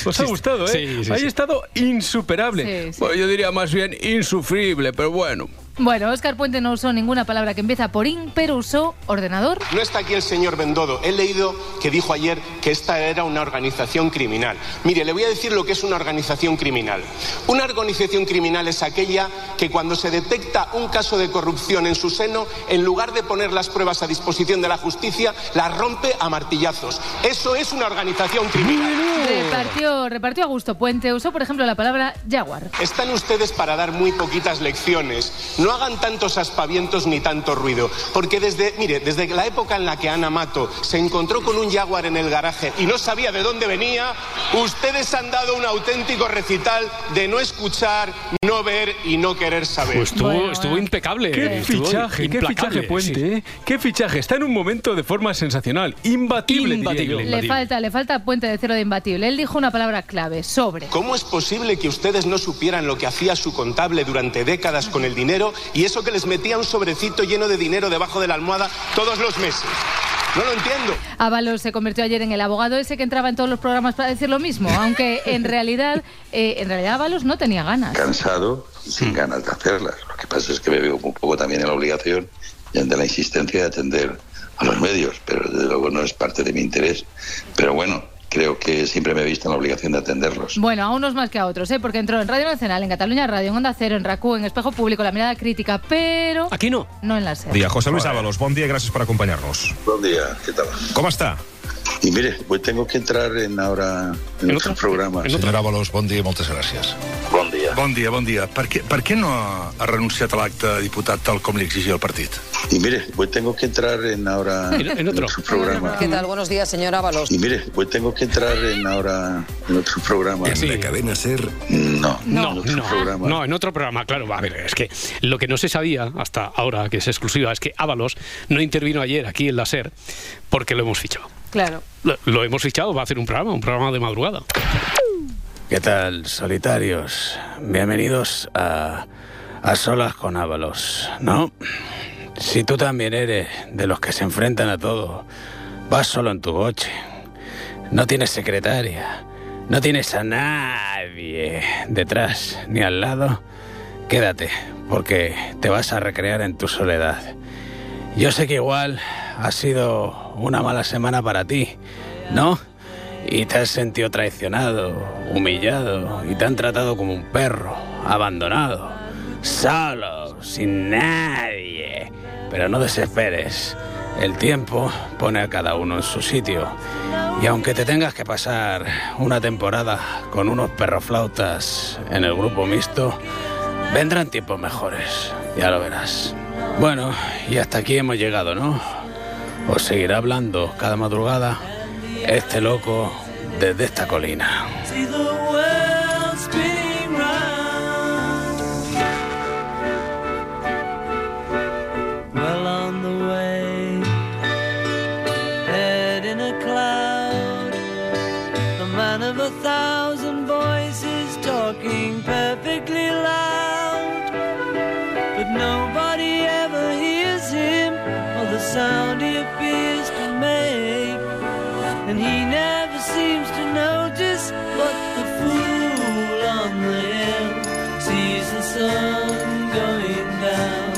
Os ha gustado, ¿eh?
sí, sí,
Ahí
sí.
he estado insuperable.
Sí, sí.
Bueno, Pues yo diría más bien insufrible, pero bueno.
Bueno, Oscar Puente no usó ninguna palabra que empieza por in, pero usó ordenador.
No está aquí el señor Bendodo. He leído que dijo ayer que esta era una organización criminal. Mire, le voy a decir lo que es una organización criminal. Una organización criminal es aquella que cuando se detecta un caso de corrupción en su seno, en lugar de poner las pruebas a disposición de la justicia, las rompe a martillazos. Eso es una organización
Uh.
criminal.
Repartió, repartió a gusto Puente. Usó, por ejemplo, la palabra jaguar.
Están ustedes para dar muy poquitas lecciones. No hagan tantos aspavientos ni tanto ruido. Porque desde, mire, desde la época en la que Ana Mato se encontró con un jaguar en el garaje y no sabía de dónde venía, ustedes han dado un auténtico recital de no escuchar, no ver y no querer
Ah,
saber.
Pues estuvo,
eh.
estuvo impecable.
Qué
estuvo
fichaje, qué
implacable,
fichaje Puente,
sí.
¿eh? Qué fichaje. Está en un momento de forma sensacional. Imbatible, diría yo.
Le falta, le falta a Puente decirlo de imbatible. Él dijo una palabra clave, sobre.
¿Cómo es posible que ustedes no supieran lo que hacía su contable durante décadas con el dinero y eso que les metía un sobrecito lleno de dinero debajo de la almohada todos los meses? No lo entiendo.
Ábalos se convirtió ayer en el abogado ese que entraba en todos los programas para decir lo mismo, aunque en realidad, eh, en realidad Ábalos no tenía ganas.
cansado y
Mm.
sin ganas de hacerlas. Lo que pasa es que me veo un poco también en la obligación y ante la insistencia de atender a los medios, pero desde luego no es parte de mi interés. Pero bueno, creo que siempre me he visto en la obligación de atenderlos.
Bueno, a unos más que a otros, ¿eh? porque entró en Radio Nacional, en Cataluña Radio, en Onda Cero, en RACU, en Espejo Público, la mirada crítica, pero...
Aquí no.
No en la SER.
Día, José Luis Ábalos, buen día y gracias por acompañarnos.
Buen día, ¿qué tal?
¿Cómo está?
Y mire, pues tengo que entrar en ahora en, otro programa.
Senyor Avalos, bon dia i moltes gràcies.
Bon dia.
Bon dia, bon dia. Per què, per què no ha, ha renunciat a l'acte de diputat tal com li exigia el partit?
Y mire, pues tengo que entrar en ahora en otro programa.
¿Qué tal? Buenos días, señor Ábalos.
Y mire, pues tengo que entrar en ahora en otro programa. ¿En la cadena ser? No,
No,
en
no,
otro programa.
no, en otro programa, claro. A ver, es que lo que no se sabía hasta ahora, que es exclusiva, es que Ábalos no intervino ayer aquí en la SER porque lo hemos fichado.
Claro.
Lo, lo hemos fichado, va a hacer un programa, un programa de madrugada.
¿Qué tal, solitarios? Bienvenidos a, a Solas con Ábalos, ¿no? Si tú también eres de los que se enfrentan a todo, vas solo en tu coche, no tienes secretaria, no tienes a nadie detrás ni al lado, quédate, porque te vas a recrear en tu soledad. Yo sé que igual ha sido una mala semana para ti, ¿no?
y te has sentido traicionado, humillado y te han tratado como un perro, abandonado, solo, sin nadie. Pero no desesperes. El tiempo pone a cada uno en su sitio. Y aunque te tengas que pasar una temporada con unos perroflautas en el grupo mixto, vendrán tiempos mejores. Ya lo verás. Bueno, y hasta aquí hemos llegado, ¿no? Os seguirá hablando cada madrugada este loco desde esta colina. See the world spinning round. Well on the way, head in a cloud. The man of a thousand voices talking perfectly loud. But nobody ever hears him or the sound he appears to make. And he never seems to notice what the fool on the hill sees the sun going down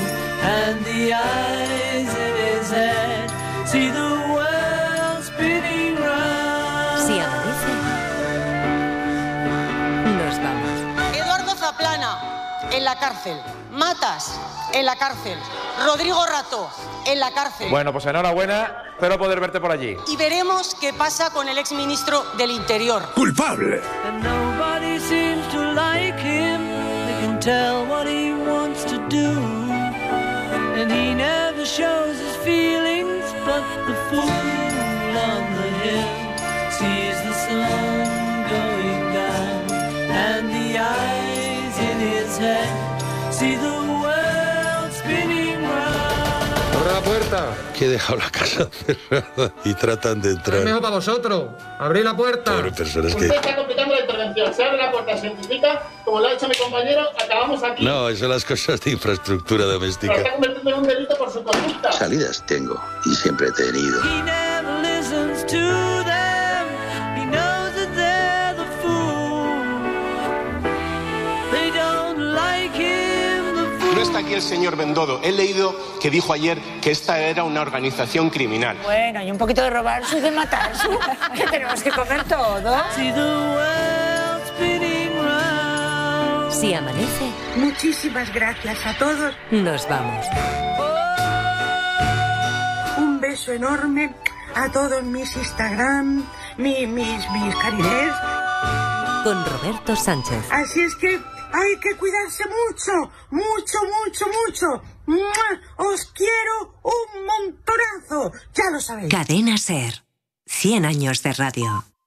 and the eyes in his head see the world spinning round.
Si amanece, nos vamos.
Eduardo Zaplana, en la cárcel. Matas, en la cárcel. Rodrigo Rato, en la cárcel.
Bueno, pues enhorabuena. Espero poder verte por allí.
Y veremos qué pasa con el exministro del Interior.
¡Culpable!
And nobody seems to like him. They can tell what he wants to do. And he never shows his feelings, but the fool on the hill sees the sun going down. And the eyes in his head see the world spinning round.
¡Abre la puerta! Que he dejado la casa (laughs) cerrada y tratan de entrar.
para vosotros. Abrí la puerta.
Pobre personas que...
Usted está completando la intervención. Se abre la puerta, se identifica. Como lo ha hecho mi compañero, acabamos aquí.
No, eso son las cosas de infraestructura
Lo
doméstica.
está convirtiendo en un delito por su conducta.
Salidas tengo y siempre he tenido.
He never listens to them. He knows that they're the fool. They don't like him, the
No está aquí el señor Bendodo. He leído que dijo ayer que esta era una organización criminal.
Bueno, y un poquito de robar y de matar que tenemos que comer todo.
Si amanece,
Muchísimas gracias a todos.
nos vamos.
Un beso enorme a todos mis Instagram, mi- mis, mis caribes.
Con Roberto Sánchez.
Así es que hay que cuidarse mucho, mucho, mucho, mucho. ¡Mua! Os quiero un montonazo, ya lo sabéis.
Cadena Ser. 100 años de radio.